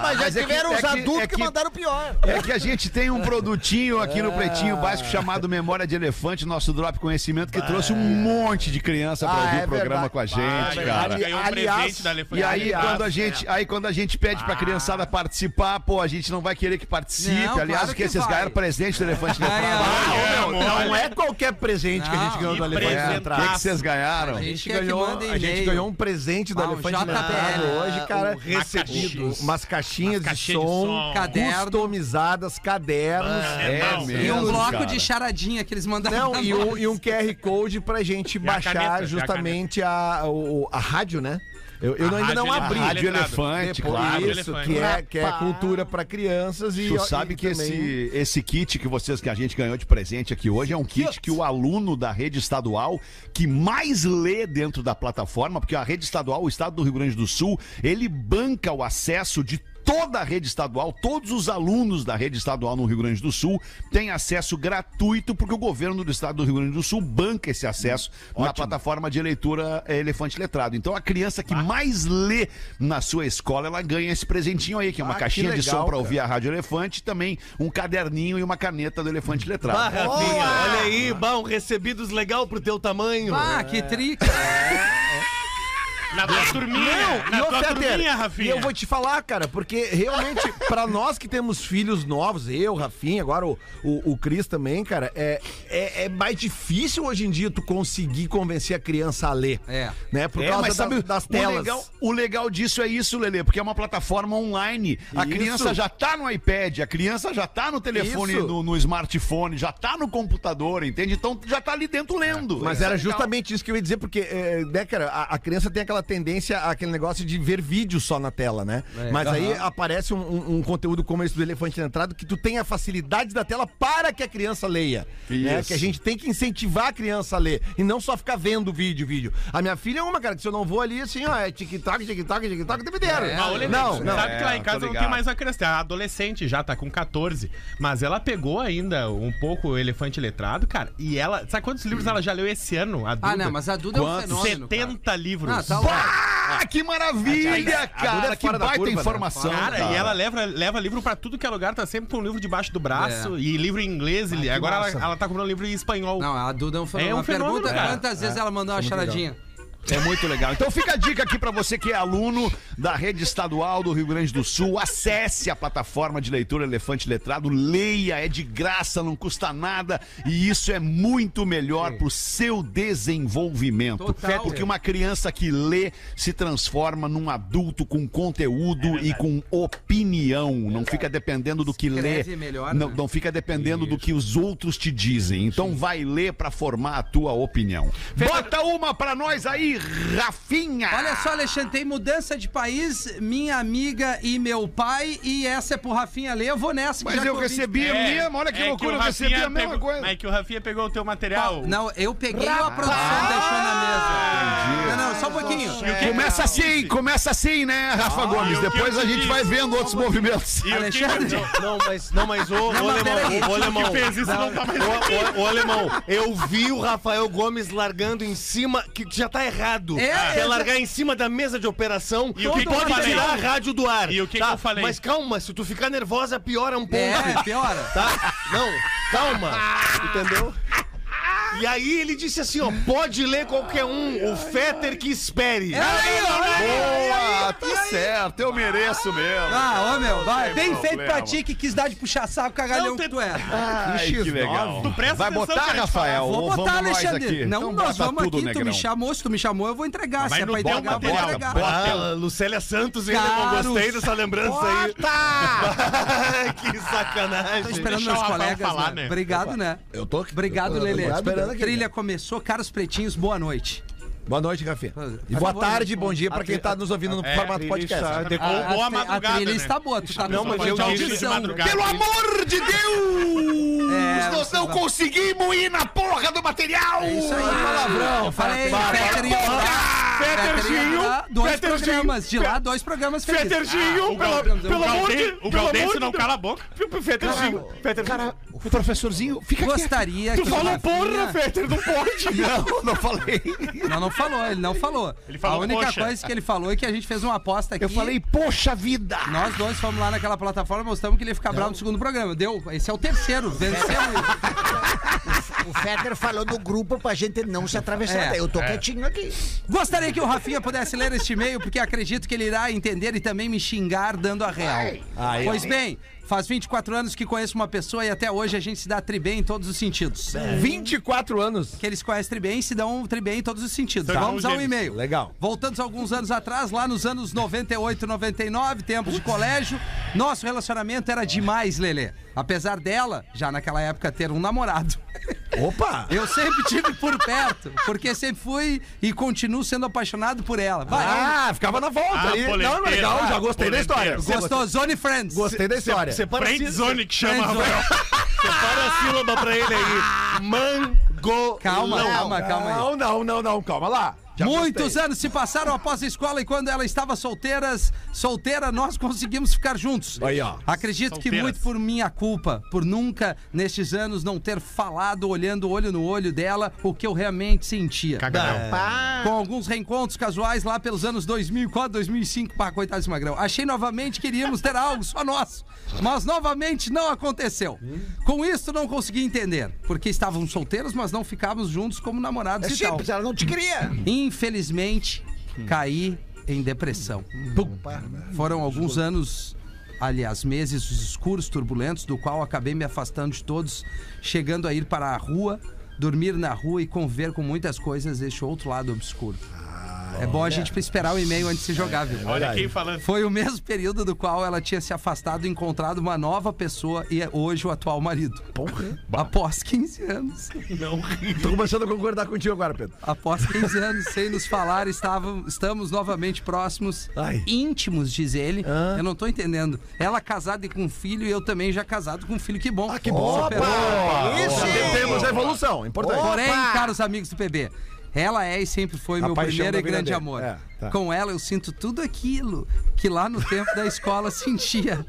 S4: mas já
S1: Mas é que-
S4: tiveram
S1: é
S4: os
S1: que-
S4: adultos
S1: é
S4: que,
S1: que-
S4: mandaram pior.
S1: É que a gente tem um produtinho aqui no Pretinho Básico chamado Memória de Elefante, nosso Drop Conhecimento, que trouxe um monte de criança pra
S6: Ah,
S1: ouvir
S6: é
S1: o programa
S6: verdade.
S1: com a
S8: Ah,
S1: gente,
S8: legal.
S1: cara.
S8: Ganhou um
S6: aliás,
S8: presente da Elefante.
S1: E aí,
S8: Aliás,
S1: quando a gente, aí quando a gente pede pra criançada participar, pô, a gente não vai querer que participe.
S7: Não,
S1: Aliás,
S7: claro
S1: porque
S7: que
S1: vocês
S7: vai.
S1: ganharam presente do Elefante
S6: É,
S1: da
S7: Ganhamos.
S1: Praia.
S8: Ganhamos,
S6: Não
S8: olha.
S6: é qualquer presente que a gente
S7: Não,
S6: ganhou
S8: e
S6: do Elefante
S8: presente.
S6: na
S1: É, O que, que vocês ganharam?
S7: A
S6: A
S7: gente
S6: gente,
S7: quer que
S6: ganhou,
S7: mandem
S6: a gente
S7: e-mail.
S6: ganhou um presente do
S7: Ah, um
S6: Elefante
S7: JBL.
S6: Natal hoje, cara.
S12: Um recebido.
S6: Um- Umas caixinhas
S8: Umas caixinhas
S6: de
S8: de
S6: som,
S8: som.
S7: Caderno.
S6: customizadas, cadernos.
S8: não.
S7: E
S6: é
S7: um
S1: mesmo,
S7: bloco
S1: cara.
S7: de charadinha que eles mandaram.
S6: Não,
S7: pra
S6: e
S7: nós.
S6: um, e um QR Code pra gente
S8: a
S6: baixar
S8: caneta, Tá e a
S6: justamente a, o- a rádio, né? Eu, eu
S8: A
S6: ainda não
S8: rádio
S6: abri.
S8: elefante.
S1: Rádio Elefante,
S6: Depois-
S1: claro.
S6: Isso,
S8: elefante.
S6: que é, que é cultura pra crianças e.
S1: Tu
S6: ó,
S1: sabe
S6: e
S1: que
S6: também-
S1: esse, esse kit que vocês que a gente ganhou de presente aqui hoje é um kit que o aluno da rede estadual que mais lê dentro da plataforma, porque a rede estadual, o estado do Rio Grande do Sul, ele banca o acesso de toda a rede estadual, todos os alunos da rede estadual no Rio Grande do Sul têm acesso gratuito porque o governo do estado do Rio Grande do Sul banca esse acesso na plataforma de leitura eh, Elefante Letrado. Então a criança
S6: Ah.
S1: que mais lê na sua escola, ela ganha esse presentinho aí, que é uma
S6: Ah, que
S1: caixinha de
S6: legal,
S1: som para
S6: cara.
S1: ouvir a Rádio Elefante, também um caderninho e uma caneta do Elefante Letrado.
S12: Rafinha, olha aí, bom, recebidos legal pro teu tamanho.
S7: Ah, que trica.
S8: Na tua turminha.
S6: Não,
S8: É, na
S6: e ô,
S8: tua
S6: Fetter,
S8: turminha,
S6: e
S8: Rafinha.
S6: eu vou te falar, cara, porque realmente, (laughs) pra nós que temos filhos novos, eu, Rafinha, agora o, o, o Cris também, cara, é, é, é mais difícil hoje em dia tu conseguir convencer a criança a ler.
S7: É.
S6: Né, por
S1: É,
S6: causa
S1: mas
S6: da-
S1: sabe,
S6: das
S1: O,
S6: telas.
S1: legal, o legal disso é isso, Lelê, porque é uma plataforma online. A
S6: Isso.
S1: criança já tá no iPad, a criança já tá no telefone,
S6: Isso.
S1: no, no smartphone, já tá no computador, entende? Então já tá ali dentro lendo.
S6: Mas
S1: Isso é
S6: era
S1: legal.
S6: justamente isso que eu ia dizer, porque, é, né, eh, cara, a, a criança tem aquela a tendência àquele negócio de ver vídeo só na tela, né?
S7: É.
S6: Mas aí
S7: Aham.
S6: aparece um, um- um conteúdo como esse do Elefante na Entrada que tu tem a facilidade da tela para que a criança leia. Né?
S1: Isso.
S6: Que a gente tem que incentivar a criança a ler e não só ficar vendo vídeo, vídeo. A minha filha é uma, cara, que se eu não vou ali, assim, ó, é tic-tac, tic-tac, tic-tac, o tempo inteiro.
S7: É,
S8: Ah, olha,
S6: não,
S8: tu
S6: não.
S8: Sabe que lá
S1: É,
S8: em
S1: tô
S8: casa não tem
S1: ligado.
S8: mais uma criança. tem A adolescente já tá com 14. Mas ela pegou ainda um pouco o elefante letrado, cara. E ela. Sabe quantos livros ela já leu esse ano? A Duda?
S7: Ah, não, mas a Duda é um fenômeno, cara.
S8: 70 livros.
S7: Ah, tá louco.
S1: Ah, que maravilha, cara! Que baita informação.
S8: Cara, e ela leva, leva livro pra tudo que é lugar, tá sempre com um livro debaixo do braço.
S7: É.
S8: E livro em inglês. e agora ela,
S7: massa.
S8: ela tá comprando livro em espanhol.
S7: Não, a Duda é um fenômeno.
S8: É um
S7: Uma
S8: fenômeno,
S7: pergunta
S8: cara. é
S7: quantas vezes ela mandou uma charadinha.
S1: É muito legal. Então fica a dica aqui pra você que é aluno da rede estadual do Rio Grande do Sul. Acesse a plataforma de leitura Elefante Letrado, leia, é de graça, não custa nada. E isso é muito melhor pro seu desenvolvimento.
S7: Total.
S1: Porque uma criança que lê se transforma num adulto com
S7: É
S1: conteúdo e com opinião. Não fica dependendo do que
S7: Escreve
S1: lê.
S7: melhor,
S1: não,
S7: né?
S1: não fica dependendo do que os outros te dizem. Então vai ler pra formar a tua opinião. Bota uma pra nós aí, Rafinha!
S7: Olha só, Alexandre, tem mudança de país, minha amiga e meu pai, e essa é pro Rafinha ler, eu vou nessa.
S1: Mas
S7: já que
S1: eu
S7: o ouvinte-
S1: recebi a mesmo, olha que
S8: é
S1: loucura, eu
S8: o
S1: recebi
S8: Rafinha
S1: a mesma
S8: pegou-
S1: coisa.
S8: É que o Rafinha pegou o teu material.
S7: Não, eu peguei a produção, deixou na mesa. Não, não, só um pouquinho.
S1: Começa assim, começa assim, né, Rafa Gomes?
S8: eu-
S1: Depois
S8: eu
S1: a
S8: te
S1: gente
S8: disse.
S1: vai vendo outros movimentos. (laughs)
S8: E o que,
S7: Alexandre.
S12: Não, mas, não, mas ô, ô,
S7: mas peraí,
S12: alemão, ô, ô, alemão.
S8: o que fez isso não tá mais
S12: Ô, ô, ô, alemão, eu vi o Rafael Gomes largando em cima, que já tá errado.
S7: É,
S12: Quer
S7: é,
S12: largar em cima da mesa de operação
S8: E o que que
S12: pode
S8: eu falei?
S12: tirar a rádio do ar.
S8: E o que
S12: tá?
S8: que eu falei?
S12: Mas calma, se tu ficar nervosa, piora um pouco.
S7: É, piora.
S12: Tá? Não, calma. Entendeu? E aí ele disse assim, ó, pode ler qualquer um, o Fetter que espere.
S8: É.
S12: Ah,
S1: Boa, tá
S6: é.
S1: certo, eu mereço mesmo.
S7: Ah, ô meu, vai.
S1: tem
S7: Bem feito
S1: problema.
S7: pra ti que quis dar de puxar saco cagalhão que tu é. era.
S1: Ai, que legal.
S8: presta
S1: Vai
S8: atenção,
S1: botar,
S8: cara, te
S1: Rafael?
S7: Vou
S1: ou
S7: botar,
S1: vamos nós
S7: Alexandre.
S1: aqui?
S7: Não,
S1: Então
S7: nós
S1: bota
S7: vamos
S1: tudo,
S7: aqui. Tu
S1: Negrão.
S7: me chamou, se tu me chamou, eu vou entregar.
S8: Vai
S7: Se é
S8: no
S7: pra
S8: teu
S7: entregar, eu vou
S8: material,
S7: entregar.
S1: bota.
S12: Ah, Lucélia Santos,
S8: né?
S12: hein, alemão?
S7: Caros.
S12: Gostei dessa lembrança aí.
S8: (laughs)
S12: que
S7: Tô
S12: sacanagem.
S7: esperando
S8: Deixa o
S7: meus
S8: Rafael
S7: colegas.
S8: falar,
S7: né?
S8: né?
S7: Obrigado, né?
S6: Eu tô
S7: Obrigado,
S6: eu tô
S7: Lelê.
S6: esperando aqui. né?
S7: Trilha começou. Caros pretinhos, boa noite.
S6: Boa noite, Rafinha. E
S7: Por
S6: boa
S7: favor,
S6: tarde,
S7: né?
S6: bom dia pra quem tá nos ouvindo
S1: É,
S6: no formato podcast.
S8: Ou, ou a Ah, madrugada.
S7: A trilha
S8: né?
S7: está boa, tu tá
S8: Não, mas eu disse de madrugada.
S1: Pelo amor de Deus!
S7: É,
S1: Nós não
S7: vai.
S1: conseguimos ir na porra do material!
S7: Isso aí, palavrão. Eu falei, Fetterinho.
S8: Peterzinho,
S7: Dois
S8: Peterzinho,
S7: programas. De lá, dois programas felizes.
S8: Peterzinho, pelo, pelo amor de O Galdense não cala a boca. Peterzinho.
S1: Cara, o professorzinho fica
S7: Gostaria que.
S8: Tu falou porra,
S7: Rafinha-
S8: Peter,
S6: (laughs)
S8: não pode.
S1: Não, não falei.
S7: Não, não falou, ele não falou.
S8: Ele falou,
S7: a única
S8: "Poxa."
S7: coisa que ele falou é que a gente fez uma aposta aqui.
S1: Eu falei, poxa vida!
S7: Nós dois fomos lá naquela plataforma, mostramos que ele ia ficar bravo no segundo programa. Deu. Esse é o terceiro. Venceu.
S4: O Fetter falou no grupo pra gente não se atravessar.
S7: É,
S4: Daí eu tô quietinho aqui.
S7: Gostaria que o Rafinha pudesse ler este e-mail, porque acredito que ele irá entender e também me xingar dando a real. pois bem, faz 24 anos que conheço uma pessoa e até hoje a gente se dá tri bem em todos os sentidos.
S6: 24 anos.
S7: Que eles conhecem tri bem e se dão tri bem em todos os sentidos.
S8: São
S7: Vamos ao
S8: irmãos gêmeos.
S7: e-mail.
S6: Legal.
S7: Voltando alguns anos atrás, lá nos anos 98, 99, tempos de colégio, nosso relacionamento era demais, Lelê. Apesar dela, já naquela época, ter um namorado. (laughs)
S6: Opa!
S7: Eu sempre tive por perto, porque sempre fui e continuo sendo apaixonado por ela. Vai,
S6: Ah, ficava na volta
S8: Ah,
S6: ali.
S8: polenteiro.
S6: Não, legal, já gostei da
S8: Polenteiro.
S6: história.
S7: gostosone Friends.
S6: Gostei da história.
S12: Separa, a sí-
S8: Friendzone que chama,
S7: Friendzone.
S8: Rafael.
S12: separa a sílaba pra ele aí. Mango.
S7: Calma, calma, calma aí.
S6: Não, não, não, não, calma lá. Já
S7: Muitos
S6: gostei.
S7: anos se passaram após a escola e quando ela estava solteiras, solteira, nós conseguimos ficar juntos.
S6: Aí, ó.
S7: Acredito que
S8: Solteiras.
S7: muito por minha culpa, por nunca, nestes anos, não ter falado, olhando olho no olho dela, o que eu realmente sentia. É. Com alguns reencontros casuais lá pelos anos 2004, 2005, pá, coitado desse magrão. Achei novamente que iríamos ter algo só nosso, mas novamente não aconteceu. Com isso, não consegui entender, porque estávamos solteiros, mas não ficávamos juntos como namorados
S4: É
S7: e tal.
S4: simples, ela não te queria.
S7: Infelizmente, caí em depressão. Foram alguns anos, aliás, meses escuros, turbulentos, do qual acabei me afastando de todos, chegando a ir para a rua, dormir na rua e conviver com muitas coisas deste outro lado obscuro. É bom a gente esperar o e-mail antes de jogar, viu?
S8: Olha quem falando.
S7: Foi o mesmo período do qual ela tinha se afastado e encontrado uma nova pessoa e é hoje o atual marido. Após 15 anos.
S6: Tô começando a concordar contigo agora, Pedro.
S7: Após 15 anos sem nos falar, estavam, estamos novamente próximos,
S6: Ai.
S7: íntimos, diz ele. Eu não tô entendendo. Ela casada e com filho e eu também já casado com filho. Que bom. Ah, que bom.
S6: Tem- Temos a evolução, importante.
S7: Porém, caros amigos do PB, ela é e sempre foi
S6: A
S7: meu
S6: paixão
S7: primeiro
S6: da
S7: e
S6: vida
S7: grande
S6: dele.
S7: amor.
S6: É, tá.
S7: Com ela eu sinto tudo aquilo que lá no tempo da escola (laughs) sentia.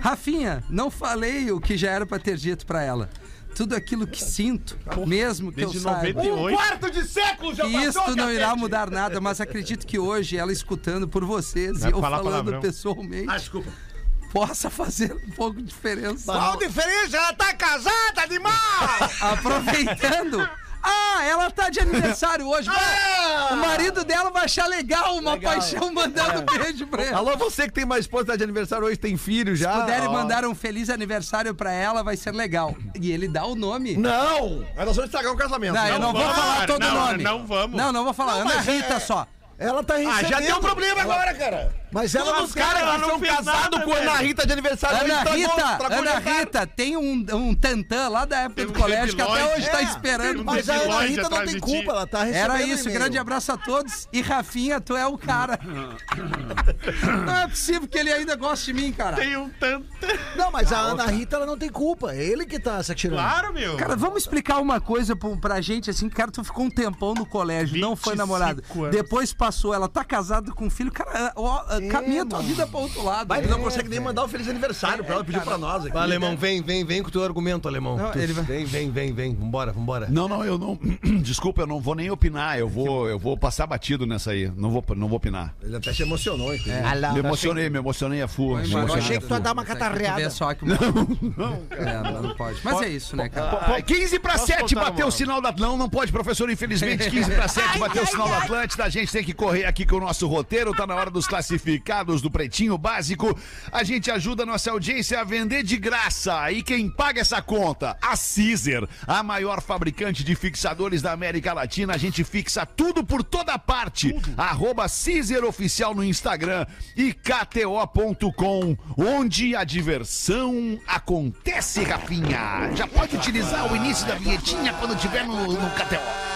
S7: Rafinha, não falei o que já era pra ter dito pra ela. Tudo aquilo que sinto, mesmo que
S8: Desde
S7: eu saiba.
S8: 98.
S7: E isto não irá mudar nada, mas acredito que hoje ela escutando por vocês
S8: Vai
S7: e eu
S8: falar
S7: falando
S8: palavrão.
S7: pessoalmente. Possa fazer um pouco de diferença.
S4: Qual diferença? Ela tá casada, animal!
S7: Aproveitando. Ah, ela tá de aniversário hoje. vai. O marido dela vai achar legal uma paixão mandando beijo pra ela.
S6: Alô, você que tem mais esposa tá de aniversário hoje, tem filho já.
S7: Se puderem
S6: Ó.
S7: mandar um feliz aniversário pra ela, vai ser legal. E ele dá o nome.
S6: Não! Mas nós vamos estragar um casamento.
S7: Não, eu não vou
S8: vamos,
S7: falar todo o
S8: não,
S7: nome.
S8: não vamos.
S7: Não, não vou falar. Ana Rita só.
S3: Ela tá
S12: Ah,
S4: Ah,
S3: recebendo.
S6: problema agora, cara.
S3: Mas ela
S6: Os caras que são casados com a Ana Rita de aniversário
S7: Ana
S12: então-
S6: estragou-
S7: Rita,
S6: estragou
S7: Ana
S6: o jantar.
S7: Rita, tem um, um tantã lá da época
S8: Tem
S7: do
S8: um
S7: colégio que até
S8: debilóide.
S7: hoje tá
S3: É,
S7: esperando.
S8: tem um
S3: Mas a Ana
S8: Bigode
S3: Rita não
S8: atrás
S3: tem
S8: de ti.
S3: culpa, ela tá recebendo.
S7: Era isso,
S3: e-mail.
S7: grande abraço a todos. E Rafinha, tu é
S8: (laughs)
S7: o cara. Não é possível que ele ainda goste de mim, cara.
S8: Tem um tanto.
S3: Não, mas a Ana Rita ela não tem culpa. É ele que tá se atirando.
S8: Claro, meu.
S7: Cara, vamos explicar uma coisa pro- pra gente, assim, cara, tu ficou um tempão no colégio, não foi
S8: 25
S7: namorado.
S8: anos.
S7: Depois passou, ela tá casada com um filho, cara, ó, ó, caminha tua vida pra outro lado. né?
S6: Vai, ele não consegue nem mandar o feliz aniversário pra ela, pediu pra nós aqui.
S12: Vai, alemão, vem, vem, vem com o teu argumento, alemão.
S7: Não,
S12: Tu-
S7: ele vai-
S12: Vem, vem, vem, vem. Vambora, vambora.
S1: Não, não, eu
S6: (clears throat)
S1: não. Desculpa, eu não vou nem opinar. Eu vou, eu vou passar batido nessa aí. Não vou, não vou opinar.
S6: Ele até se emocionou, inclusive.
S3: É.
S4: Ah, lá.
S1: Me emocionei, me emocionei a full. me
S7: Mas
S4: Eu
S1: emocionei
S4: achei
S1: a
S4: que tu
S1: full.
S4: ia dar uma
S7: Mas é que tu
S4: catarreada.
S7: vê só que... Não, não, não pode. Mas é isso, né, cara?
S1: Pô, 15 para 7 bateu o sinal da Não, não pode, professor, infelizmente. 15 para 7 bateu o sinal da Atlântida. A gente tem que correr aqui com o nosso roteiro. Tá na hora dos classificados do Pretinho Básico. A gente ajuda a nossa audiência a vender de graça. E quem paga essa conta? A Caesar, a maior fabricante de fixadores da América Latina. A gente fixa tudo por toda parte. Arroba Caesar Oficial no Instagram e KTO.com, onde a diversão acontece, Rafinha. Já pode utilizar o início da vinhetinha quando tiver no, no KTO.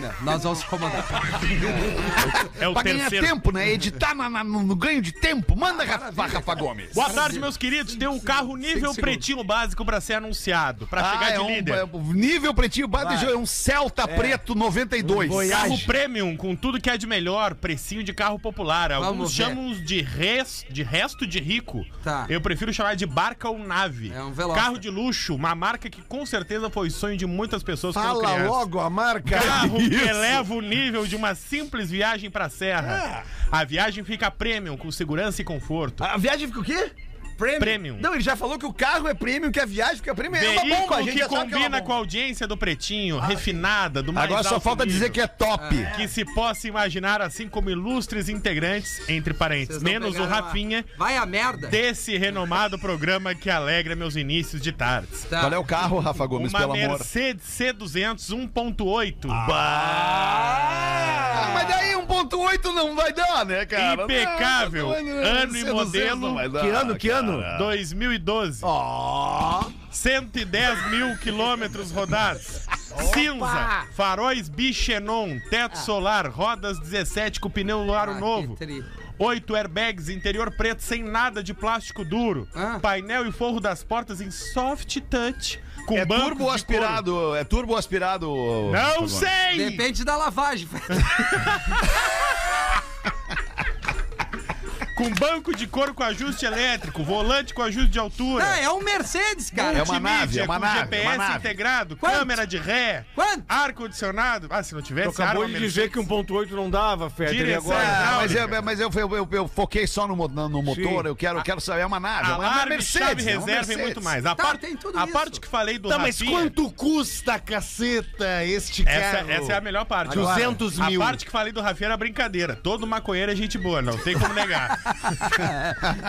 S7: Não, Nós vamos se comandar.
S8: É o
S1: Pra ganhar
S8: terceiro.
S1: tempo, né? Editar na- na- no, no ganho de tempo. Manda, Rafa, Rafa Gomes.
S8: Boa tarde, meus queridos. Tem um carro nível
S7: segundos.
S8: pretinho básico pra ser anunciado, pra chegar
S1: Ah, é
S8: de
S1: um,
S8: líder.
S1: é um nível pretinho básico, é um Celta Preto 92.
S8: Carro premium, com tudo que é de melhor, precinho de carro popular. Alguns
S7: Vamos ver.
S8: chamam de, res, de resto de rico.
S7: Tá.
S8: Eu prefiro chamar de barca ou nave.
S7: É um Veloster.
S8: Carro de luxo, uma marca que com certeza foi sonho de muitas pessoas quando
S6: Fala
S8: criança.
S6: logo a marca. (laughs)
S8: Carro que eleva o nível de uma simples viagem pra
S6: É.
S8: serra. A viagem fica premium, com segurança e conforto.
S6: A viagem fica o quê? Premium.
S8: Premium.
S6: Não, ele já falou que o carro é premium, que a viagem fica premium. É uma bomba, a
S8: Veículo
S6: gente
S8: que
S6: já sabe é uma
S8: combina
S6: bomba.
S8: com a audiência do Pretinho, refinada, do mais
S1: Agora só
S8: alto
S1: falta dizer
S8: nível.
S1: que é top.
S8: que se possa imaginar, assim como ilustres integrantes, entre parênteses,
S7: Vocês não
S8: menos o
S7: pegaram a-
S8: Rafinha,
S7: Vai a merda.
S8: desse renomado programa que alegra meus inícios de tardes.
S7: Tá.
S1: Qual é o carro, Rafa Gomes,
S8: Uma
S1: pelo amor?
S8: Mercedes um C200 1.8,
S1: Ah, mas daí 1.8 não vai dar, né, cara?
S8: Impecável. Ano e modelo.
S6: um Que
S1: ah,
S6: ano, que ano?
S8: 2012. 110 mil quilômetros rodados. Cinza, faróis Bichenon, teto solar, rodas 17 com pneu do aro
S7: Ah, que
S8: novo.
S7: tri.
S8: Oito airbags, interior preto sem nada de plástico duro.
S7: Ah.
S8: Painel e forro das portas em soft touch. Com
S1: É
S8: bancos de
S1: turbo
S8: couro.
S1: aspirado, é turbo aspirado.
S8: Não sei!
S7: Depende da
S1: (laughs)
S7: lavagem. (laughs)
S8: Com banco de couro com ajuste elétrico, volante com ajuste de altura.
S7: Ah, é um Mercedes, cara.
S1: É uma nave, é uma
S8: com
S1: nave,
S8: GPS
S1: é uma nave.
S8: integrado,
S7: Quanto?
S8: câmera de ré,
S7: Quanto?
S8: ar-condicionado. Ah, se não
S13: Tu
S8: tivesse
S13: acabou
S8: ar,
S13: de
S8: uma
S13: dizer que
S8: Mercedes.
S13: 1.8 não dava, Fetter, e
S8: Direção.
S6: né?
S13: agora?
S1: Ah, mas eu, mas eu, eu, eu- eu foquei só no, mo- no motor,
S13: Sim.
S1: eu quero, eu quero saber, é uma nave, é uma- é uma
S8: Alarme,
S1: Mercedes.
S8: chave,
S1: é uma
S8: reserva e
S1: Mercedes.
S8: muito mais. A,
S7: Tá,
S8: parte,
S7: tem tudo
S8: a
S7: isso.
S8: parte que falei do
S12: Tá, mas
S8: Rafinha,
S12: quanto custa, caceta, este carro?
S8: Essa, essa é a melhor parte.
S12: 200
S8: Agora,
S12: mil.
S8: A parte que falei do Rafinha era brincadeira. Todo maconheiro é gente boa, não tem como negar.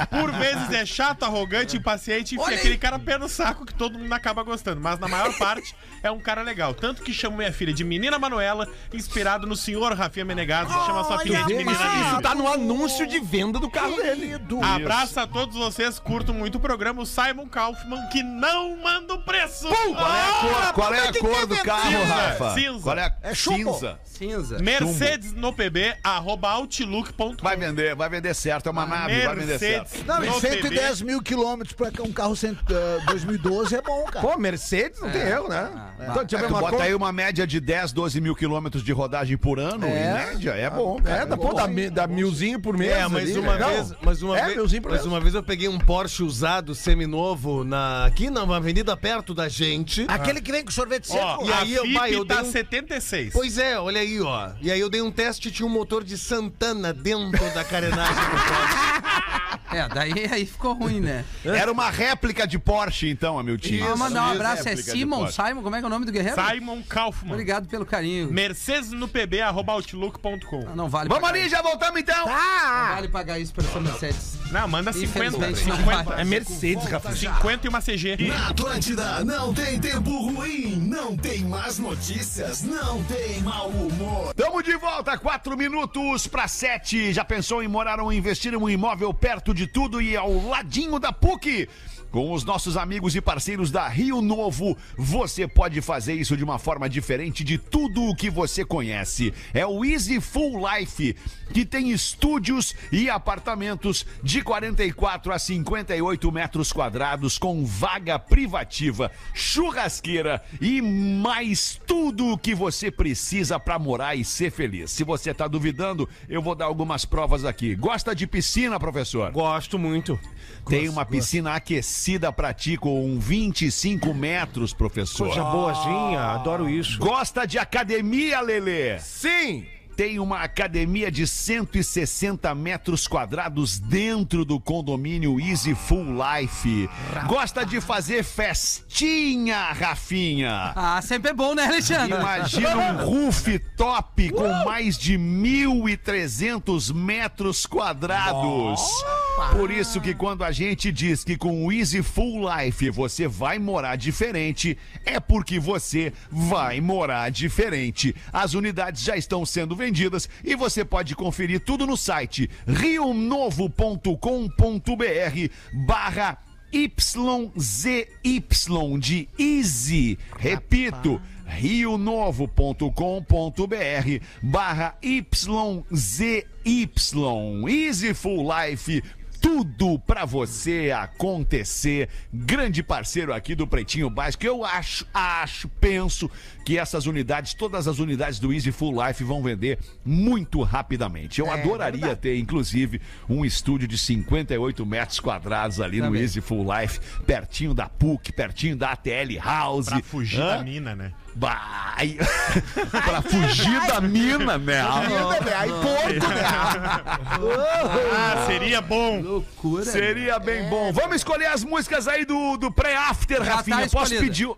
S8: Por vezes é chato, arrogante, impaciente, enfim,
S7: Olha aí.
S8: aquele cara pé no saco que todo mundo acaba gostando. Mas na maior parte é um cara legal. Tanto que chamo minha filha de Menina Manuela, inspirado no senhor Rafinha Menegaso, que chama sua filha de Menina Menina.
S6: Isso tá no anúncio de venda do carro dele.
S8: Abraço a todos vocês, curto muito o programa. O Simon Kaufman, que não manda o preço. Ah,
S1: Qual é a cor do carro,
S8: cinza,
S1: Rafa?
S8: cinza.
S1: Qual é a cinza?
S7: Cinza.
S8: Mercedes no PB, arroba outlook.com.
S1: Vai vender, vai vender certo. É uma nave, vai vender certo.
S8: Mercedes
S3: Não,
S8: no
S3: em 110 mil quilômetros pra um carro cento- eh, 2012 é bom, cara.
S6: Pô, Mercedes não tem erro, né? Então, deixa eu
S1: É,
S6: ver
S1: tu
S6: uma
S1: bota
S6: cor-
S1: aí uma média de 10, 12 mil quilômetros de rodagem por ano, em média, é bom, cara.
S6: É, dá, pô, dá, mi- dá milzinho por mês.
S12: É, mas
S6: ali,
S12: uma
S6: legal.
S12: vez, mas uma
S6: É,
S12: vez,
S6: milzinho por
S12: mas
S6: mês.
S12: uma vez eu peguei um Porsche usado seminovo na aqui numa avenida perto da gente.
S6: Ah.
S4: Aquele que vem com sorvete seco.
S8: Ó,
S12: E
S8: a
S3: é
S12: aí eu-
S8: FIP
S12: vai, eu
S8: tá
S12: dei um-
S8: 76.
S12: Pois é, olha aí, ó. E aí eu dei um teste e tinha um motor de Santana dentro da
S1: (laughs)
S12: carenagem do
S1: Tá
S12: Porsche.
S7: É, daí aí ficou ruim, né?
S1: Era uma réplica de Porsche, então, meu tio.
S7: Vamos mandar um abraço, é
S1: réplica de
S7: Simon,
S1: Porsche.
S7: Simon, como é que é o nome do guerreiro?
S8: Simon Kaufman.
S7: Obrigado pelo carinho.
S8: Mercedes no PB, arroba
S7: Ah,
S8: outlook.com.
S7: Não vale
S1: Vamos
S7: pagar
S1: ali,
S7: isso.
S1: já voltamos então.
S7: Não vale pagar isso pra essa Mercedes.
S8: Não, manda 50.
S7: Infelizmente, não
S8: 50,
S7: vai.
S6: É Mercedes, Rafa.
S8: 50 e uma CG.
S14: Na Atlântida não tem tempo ruim, não tem más notícias, não tem mau humor.
S1: Tamo de volta, quatro minutos pra sete. Já pensou em morar ou investir em um imóvel perto de tudo e ao ladinho da PUC? Com os nossos amigos e parceiros da Rio Novo, você pode fazer isso de uma forma diferente de tudo o que você conhece. É o Easy Full Life, que tem estúdios e apartamentos de 44 a 58 metros quadrados com vaga privativa, churrasqueira e mais tudo o que você precisa para morar e ser feliz. Se você tá duvidando, eu vou dar algumas provas aqui. Gosta de piscina, professor?
S13: Gosto muito.
S1: Tem uma piscina aquecida para ti com 25 metros, professor.
S13: Coisa boazinha, adoro isso.
S1: Gosta de academia, Lelê?
S6: Sim!
S1: tem uma academia de 160 metros quadrados dentro do condomínio Easy Full Life. Gosta de fazer festinha, Rafinha?
S7: Ah, sempre é bom, né, Alexandre?
S1: Imagina um rooftop com mais de 1.300 metros quadrados. Por isso que quando a gente diz que com o Easy Full Life você vai morar diferente, é porque você vai morar diferente. As unidades já estão sendo vendidas e você pode conferir tudo no site rionovo.com.br barra YZY de Easy. Repito, rionovo.com.br barra YZY. Easy Full Life. Tudo pra você acontecer. Grande parceiro aqui do Pretinho Básico. Eu acho, acho, penso que essas unidades, todas as unidades do Easy Full Life vão vender muito rapidamente. Eu adoraria ter, inclusive, um estúdio de 58 metros quadrados ali no
S7: Também.
S1: Easy Full Life, pertinho da PUC, pertinho da ATL House.
S8: Pra fugir
S1: Hã?
S8: da mina, né?
S1: Bah, aí- (laughs) pra fugir da mina, né?
S4: Aí porco,
S8: Ah, seria bom.
S7: Loucura.
S1: Seria bem bom. Vamos escolher as músicas aí do, do pré-after,
S7: Já tá
S1: Rafinha. Posso
S7: escolhida.
S1: pedir. o-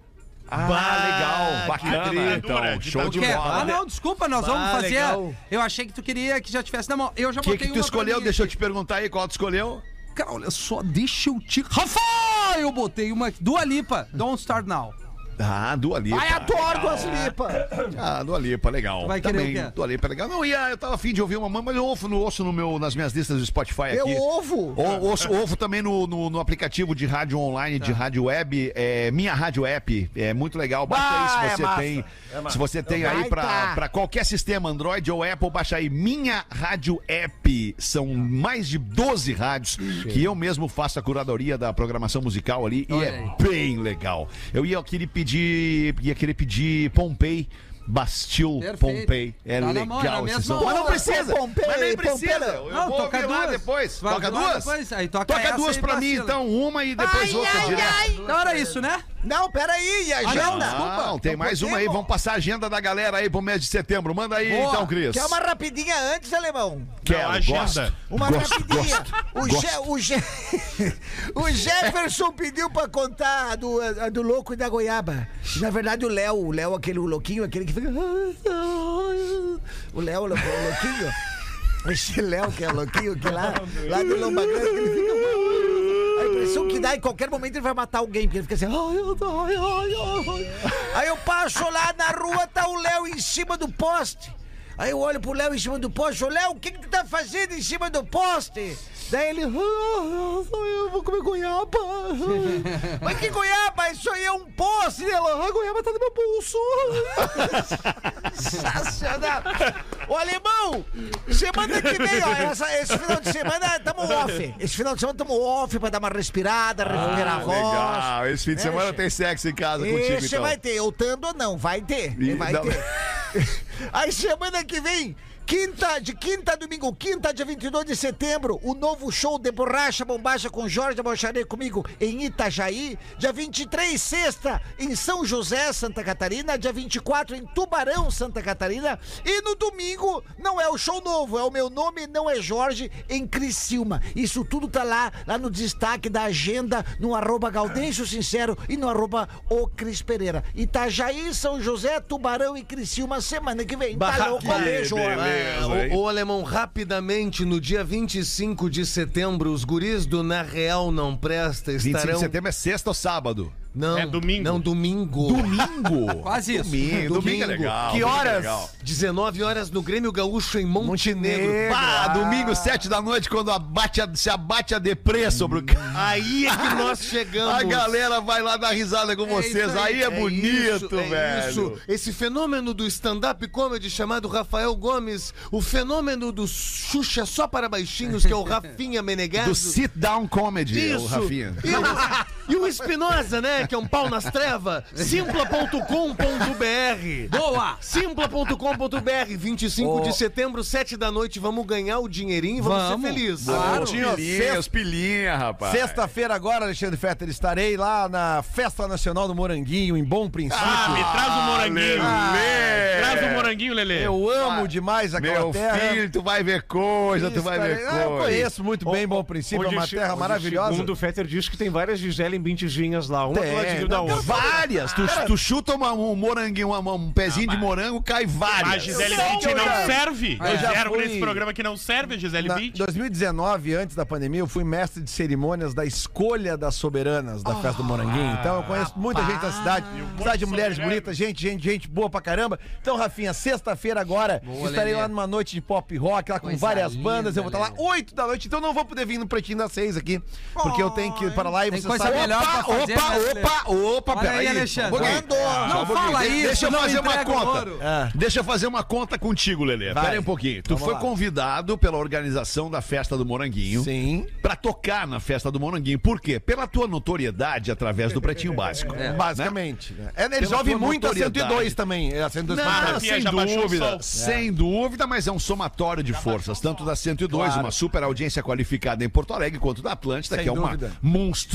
S1: Ah, legal. Bacana,
S8: ditadura,
S1: então. Show de
S7: O quê? Ah,
S1: bola.
S7: não, desculpa, nós vamos
S12: Ah,
S7: fazer.
S12: legal.
S7: Eu achei que tu queria que já tivesse na mão. Eu já
S1: O que,
S7: botei
S1: que tu
S7: uma pra
S1: escolheu?
S7: mim
S1: Deixa eu te perguntar aí qual tu escolheu.
S7: aqui. Cara, olha só, deixa eu te. Rafa! Eu botei uma aqui. Dua Lipa, Don't Start Now.
S1: Ah, Dua Lipa.
S3: Ai, adoro as lipas.
S1: Ah, Dua Lipa, legal.
S7: Vai querer
S1: Também,
S7: o quê?
S1: Dua Lipa é legal. Não, e ah, eu tava afim de ouvir uma mãe, mas eu ouço no, ouço no meu, nas minhas listas do Spotify
S3: Eu
S1: aqui.
S3: ovo.
S1: O, ouço, ouvo também no, no, no aplicativo de rádio online,
S7: Tá.
S1: de rádio web, é, Minha Rádio App. É muito legal. Baixa
S7: Ah,
S1: aí
S7: é
S1: se você tem. se você tem aí pra, pra qualquer sistema, Android ou Apple, baixa aí Minha Rádio App. São mais de 12 rádios que eu mesmo faço a curadoria da programação musical ali e
S7: Olha
S1: é bem legal. Eu ia querer pedir. ia querer pedir Pompei. Bastil
S7: Perfeito.
S1: Pompei. É
S7: Tá na
S1: legal
S7: mão, é na
S1: esse
S7: mesma
S1: som. Mas
S7: hora.
S1: não precisa.
S3: Pompei,
S1: mas nem precisa.
S3: Pompera.
S1: Eu
S7: Não,
S1: vou
S7: toca
S1: ouvir lá
S7: duas.
S1: depois.
S7: Vai
S1: toca
S7: ouvir lá
S1: duas?
S7: depois, aí toca
S1: toca
S7: essa
S1: duas
S7: aí,
S1: pra mim,
S7: vacila.
S1: então. Uma e depois
S4: Ai,
S1: outra
S4: ai,
S1: direto.
S4: ai.
S7: Então era isso, né?
S3: Não, peraí, e a
S7: Ah,
S3: agenda?
S7: não.
S1: Ah, Não,
S4: um
S1: tem
S3: Não
S1: mais uma aí.
S3: podemos.
S1: Vamos passar a agenda da galera aí pro mês de setembro. Manda aí
S7: Boa.
S1: então, Cris.
S3: Quer uma rapidinha antes, alemão?
S1: Quero,
S8: Não, agenda.
S1: gosto.
S3: Uma
S1: Gosto,
S3: rapidinha.
S1: gosto,
S3: o,
S1: gosto.
S3: Je- o Je- (laughs) o Jefferson pediu pra contar a do, a do louco e da goiaba. Na verdade, o Léo, o "Ah, Léo, aquele louquinho, aquele que fica. O Léo, o louquinho.
S4: Esse Léo que é louquinho, que lá, lá do Lomba Grande, que ele fica. A impressão que dá, em qualquer momento ele vai matar alguém, porque ele fica assim. Ai, eu tô- ai, ai, ai. Aí eu passo lá na rua, tá o Léo em cima do poste. Aí eu olho pro Léo em cima do poste, ô Léo, o que que tu tá fazendo em cima do poste? Daí ele, ah, sou eu, vou comer goiaba. (laughs) Mas que goiaba? Isso aí é um poste, né, Léo? A goiaba tá no meu bolso. (laughs) Sensacional! Ô, alemão, semana que vem, ó, essa- esse final de
S1: (laughs)
S4: semana tamo off. Esse final de semana tamo off pra dar uma respirada, recuperar a voz.
S1: Ah, Legal, Ah, esse fim de
S4: É,
S1: semana
S4: che-
S1: tem sexo em casa contigo,
S4: Esse
S1: então.
S4: vai ter, eu tando ou não, vai ter.
S1: Ih,
S4: vai
S1: não.
S4: ter. (laughs) Aí semana que vem, quinta, de quinta a domingo, quinta, dia 22 de setembro, o novo show de Borracha Bombacha com Jorge Bocharé comigo em Itajaí. Dia 23, sexta, em São José, Santa Catarina. Dia 24, em Tubarão, Santa Catarina. E no domingo, não é o show novo, é o meu nome, não é Jorge, em Criciúma. Isso tudo tá lá, lá no destaque da agenda, no arroba Gaudêncio Sincero e no arroba O Cris Pereira. Itajaí, São José, Tubarão e Criciúma, semana que vem. Tá louco, beijo.
S1: É, beleza, hein?
S12: É, O, alemão, rapidamente, no dia 25 de setembro, os guris do Na Real Não Presta
S1: 25 de
S12: estarão.
S1: setembro é sexta ou sábado?
S12: Não,
S8: É domingo.
S12: Não, domingo.
S1: Domingo?
S7: (laughs) Quase isso.
S1: Domingo, domingo é legal.
S12: Que
S1: domingo é
S12: horas?
S1: legal.
S12: 19 horas no Grêmio Gaúcho em Montenegro.
S1: Ah, domingo, sete da noite, quando abate a- se abate a depressa sobre o cara.
S12: Aí é que nós chegamos.
S1: A galera vai lá dar risada com vocês.
S12: isso
S1: Aí, é, bonito,
S12: isso, é
S1: velho.
S12: isso. Esse fenômeno do stand-up comedy chamado Rafael Gomes, o fenômeno do Xuxa só para baixinhos,
S1: (laughs)
S12: que é o Rafinha
S1: Do
S12: Menegasso.
S1: sit-down comedy, o Rafinha.
S12: E o, e o Espinosa, né? Que é um pau nas trevas. Simpla.com.br.
S7: Boa!
S12: Simpla.com.br, 25 de setembro, 7 da noite. Vamos ganhar o dinheirinho e vamos,
S7: Vamos.
S12: ser felizes.
S7: Claro.
S1: Tinha
S6: Sexta-
S1: os pilinha, rapaz.
S6: Sexta-feira agora, Alexandre Fetter, estarei lá na Festa Nacional do Moranguinho, em Bom Princípio.
S8: Ah, me traz um moranguinho.
S1: Lelê.
S8: Traz um moranguinho, Lelê.
S6: Eu amo demais aquela
S1: Meu
S6: terra.
S1: filho, tu vai ver coisa, tu vai ver
S6: Estarei- Ah,
S1: coisa.
S6: eu conheço muito bem
S13: O-
S6: Bom Princípio, é
S13: onde
S6: uma
S13: che-
S6: terra
S13: onde
S6: maravilhosa.
S13: Segundo o Fetter diz que tem várias Gisele Bintiginhas lá, uma do
S6: Tem,
S13: ladinho da outra.
S1: Várias. Tu, tu chuta uma- um moranguinho, uma- um pezinho de morango, cai
S8: A
S1: várias.
S8: Gisele
S6: Eu
S8: Bint não
S6: já-
S8: serve.
S6: Eu já
S8: Disseram
S6: fui-
S8: nesse programa que não serve a Gisele
S6: Na-
S8: Bint.
S6: 2019, antes da pandemia, eu fui mestre de cerimônias da escolha das soberanas
S13: Ah,
S6: da festa do Moranguinho. Então eu conheço muita gente da cidade.
S13: um
S6: Cidade de mulheres bonitas, gente, gente, gente boa pra caramba. Então, Rafinha, sexta-feira agora, estarei
S7: Lelê.
S6: lá numa noite de pop rock, lá com
S7: Coisa
S6: várias
S7: linda,
S6: bandas. Eu vou estar lá 8 da noite, então não vou poder vir no Pretinho das 6 aqui, porque eu tenho que ir para lá e
S7: Tem
S6: você tá
S7: coisa
S6: sabe.
S1: tá,
S7: melhor pra
S6: Opa,
S7: fazer,
S6: opa,
S7: né, Lelê?
S6: opa, opa,
S7: Olha aí,
S6: peraí.
S7: Alexandre.
S6: Só um pouquinho.
S7: Não
S6: Só um pouquinho.
S7: fala isso,
S1: Deixa eu
S7: não
S1: fazer uma
S7: entrega o
S1: conta. É.
S7: ouro.
S6: Ah.
S1: Deixa eu fazer uma conta contigo, Lelê.
S6: Vai.
S1: Pera aí um pouquinho. Tu
S6: Vamos
S1: foi
S6: lá.
S1: convidado pela organização da festa do Moranguinho.
S6: Sim.
S1: Pra tocar na festa do Moranguinho. Por quê? Pela tua notoriedade através do Pretinho Básico.
S7: É,
S1: né?
S6: Basicamente. né? É, eles
S1: Pela
S6: ouvem
S1: tua
S6: muito a
S1: notoriedade.
S6: 102 também. é, A 102
S1: Ah,
S8: Rafinha,
S1: sem
S8: já baixou o
S1: dúvida,
S8: som.
S1: sem dúvida, mas é um somatório de forças, tanto da 102,
S6: Claro.
S1: uma super audiência qualificada em Porto Alegre, quanto da Atlântida,
S6: Sem
S1: que é uma
S6: dúvida.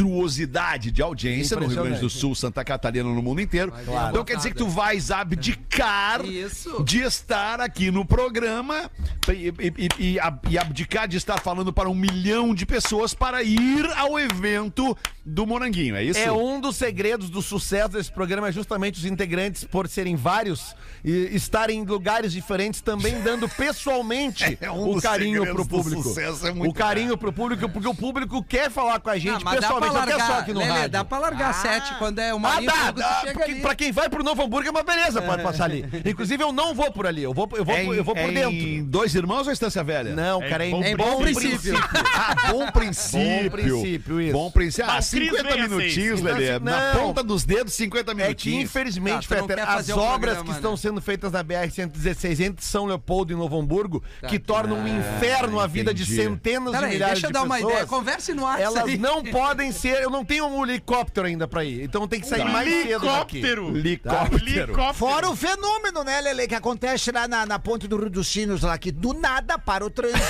S1: monstruosidade de audiência no Rio Grande do
S6: Impressionante.
S1: Sul, Santa Catarina, no mundo inteiro.
S7: Claro.
S1: Então quer dizer que tu vais abdicar
S7: Isso.
S1: de estar aqui no programa e, e- e- e ab- e abdicar de estar falando para um milhão de pessoas para ir ao evento do Moranguinho, é isso?
S6: É um dos segredos do sucesso desse programa é justamente os integrantes, por serem vários, e estarem em lugares diferentes, também dando pessoalmente
S1: (laughs) É um
S6: o
S1: dos
S6: carinho pro
S1: segredos do
S6: público.
S1: sucesso, é muito
S6: o carinho pro público, porque o público quer falar com a
S7: Ah,
S6: gente
S7: mas dá pra
S6: pessoalmente, não quer só
S7: largar,
S6: aqui no
S7: Lelê,
S6: rádio.
S7: dá pra largar sete quando é uma
S6: Ah,
S7: linha,
S6: dá,
S7: quando
S6: dá,
S7: chega
S6: porque
S7: ali.
S6: pra quem vai pro Novo Hamburgo é uma beleza, pode passar
S7: (laughs)
S6: ali. Inclusive, eu não vou por ali, eu vou, eu vou,
S1: É em-
S6: eu vou por
S1: é
S6: dentro.
S1: Em dois irmãos ou Estância Velha?
S6: Não,
S8: É
S6: cara, é
S8: em Bom
S6: em
S7: Bom
S6: bom
S7: Princípio.
S6: princípio.
S1: Ah, (laughs) bom princípio.
S6: Bom princípio, isso.
S1: Bom princípio. Ah,
S8: Mas Cris
S1: 50
S8: vem assim, às
S1: minutinhos,
S8: seis.
S1: Lelê.
S6: Não,
S1: Na
S6: não.
S1: ponta dos dedos, 50
S6: É que,
S1: minutinhos.
S6: infelizmente,
S7: Tá, tu não
S6: Fetter,
S7: quer
S6: as
S7: fazer um
S6: obras
S7: programa,
S6: que estão
S7: né?
S6: sendo feitas na BR-116 entre São Leopoldo e Novo Hamburgo, que tornam um inferno a vida de
S1: entendi.
S6: centenas de
S7: Tá Ah, Peraí,
S6: milhares
S7: deixa eu
S6: de
S7: dar uma
S6: pessoas.
S7: ideia. Converse no WhatsApp.
S6: Elas
S7: aí.
S6: não podem ser. Eu não tenho um helicóptero ainda pra ir, então tem que sair mais cedo daqui.
S8: Helicóptero.
S1: Helicóptero.
S8: Helicóptero.
S4: Fora o fenômeno, né, Lele, que acontece lá na, na ponte do Rio dos Sinos, lá que do nada para o trânsito.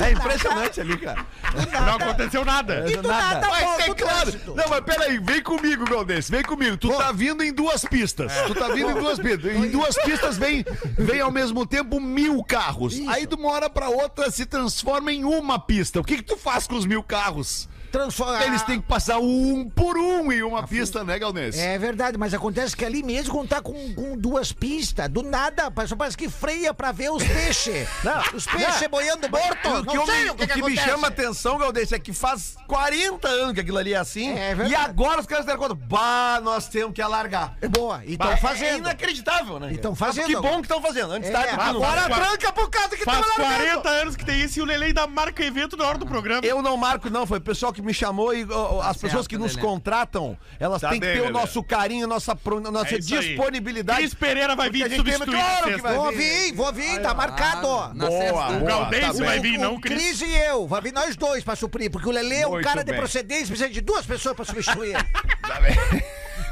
S6: É impressionante ali, cara.
S8: Não aconteceu nada.
S4: e do nada,
S6: Nada.
S4: volta
S1: Mas é
S4: o
S1: claro.
S4: trânsito.
S1: Não, mas peraí, vem comigo, Galdense, vem comigo. Tu tá vindo em duas pistas.
S6: É.
S1: Tu tá vindo em duas pistas. Em duas pistas vem, vem ao mesmo tempo mil carros. Aí de uma hora pra outra se transforma em uma pista. O que, que tu faz com os mil carros?
S6: Ah.
S4: transforma.
S1: Eles têm que passar um por um em uma pista, né, Galdense?
S4: É verdade, mas acontece que ali mesmo, quando tá com, com duas pistas, do nada, parece, parece que freia pra ver os
S6: (laughs)
S4: peixes. os peixes boiando morto.
S6: o que,
S4: não
S6: eu
S4: sei
S6: me,
S4: o que,
S6: o que me
S4: acontece.
S6: chama atenção, Galdês, é que faz 40 anos que aquilo ali é assim.
S4: É verdade.
S6: e agora os caras deram conta. Bah, nós temos que alargar.
S4: É boa, e
S6: Bah,
S4: estão
S6: É
S4: fazendo.
S6: inacreditável, né?
S4: Então
S6: Mas
S4: fazendo
S6: Que
S4: agora.
S6: bom que estão fazendo. Antes
S4: É,
S6: tarde do que nunca.
S4: agora
S6: Faz-
S4: tranca por causa que
S8: Faz
S4: tava lá dentro.
S8: 40 anos que tem isso e o Lele ainda marca evento na hora do programa.
S6: Eu não marco, não. Foi o pessoal que me chamou e ó, ó, as pessoas que nos
S7: Lelê.
S6: contratam, elas
S8: Tá
S6: têm que
S8: bem,
S6: ter o
S8: Lelê.
S6: nosso carinho, nossa, pro- nossa
S8: É isso aí.
S6: disponibilidade.
S8: Cris Pereira vai
S6: Porque a
S8: vir
S6: gente tem-
S8: substituir.
S6: claro que
S8: sexta.
S6: vai
S4: Vou vir, vou vir, tá marcado.
S7: Ah, na sexta.
S8: O Galdense
S1: tá
S8: vai
S1: bem.
S8: vir, não,
S4: o
S8: Cris.
S4: Cris e eu, vai vir nós dois pra suprir, porque o Lelê é um
S1: Muito
S4: cara
S1: bem.
S4: de procedência, precisa de duas pessoas pra substituir.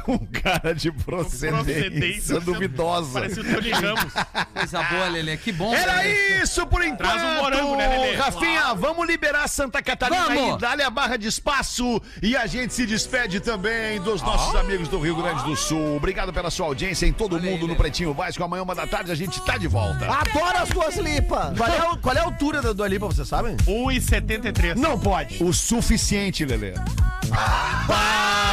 S1: Um cara de procedência
S8: Procedência.
S1: duvidosa.
S8: Parece o Tony Ramos.
S7: Coisa boa, Lelê. Que bom.
S1: Era
S7: Lelê.
S1: isso por enquanto.
S8: Traz um morango, né, Lelê?
S1: Rafinha, vamos liberar Santa Catarina
S7: Vamos.
S1: e dá-lhe a barra de espaço. E a gente se despede também dos nossos amigos do Rio Grande do Sul. Obrigado pela sua audiência em todo mundo no Pretinho Vasco. Amanhã, uma da tarde, a gente tá de volta.
S4: Adoro as duas lipas.
S6: Qual é, o- qual é a altura do, do Alipa, vocês sabem?
S8: 1,73.
S6: Não pode.
S1: O suficiente, Lelê.
S6: Ah,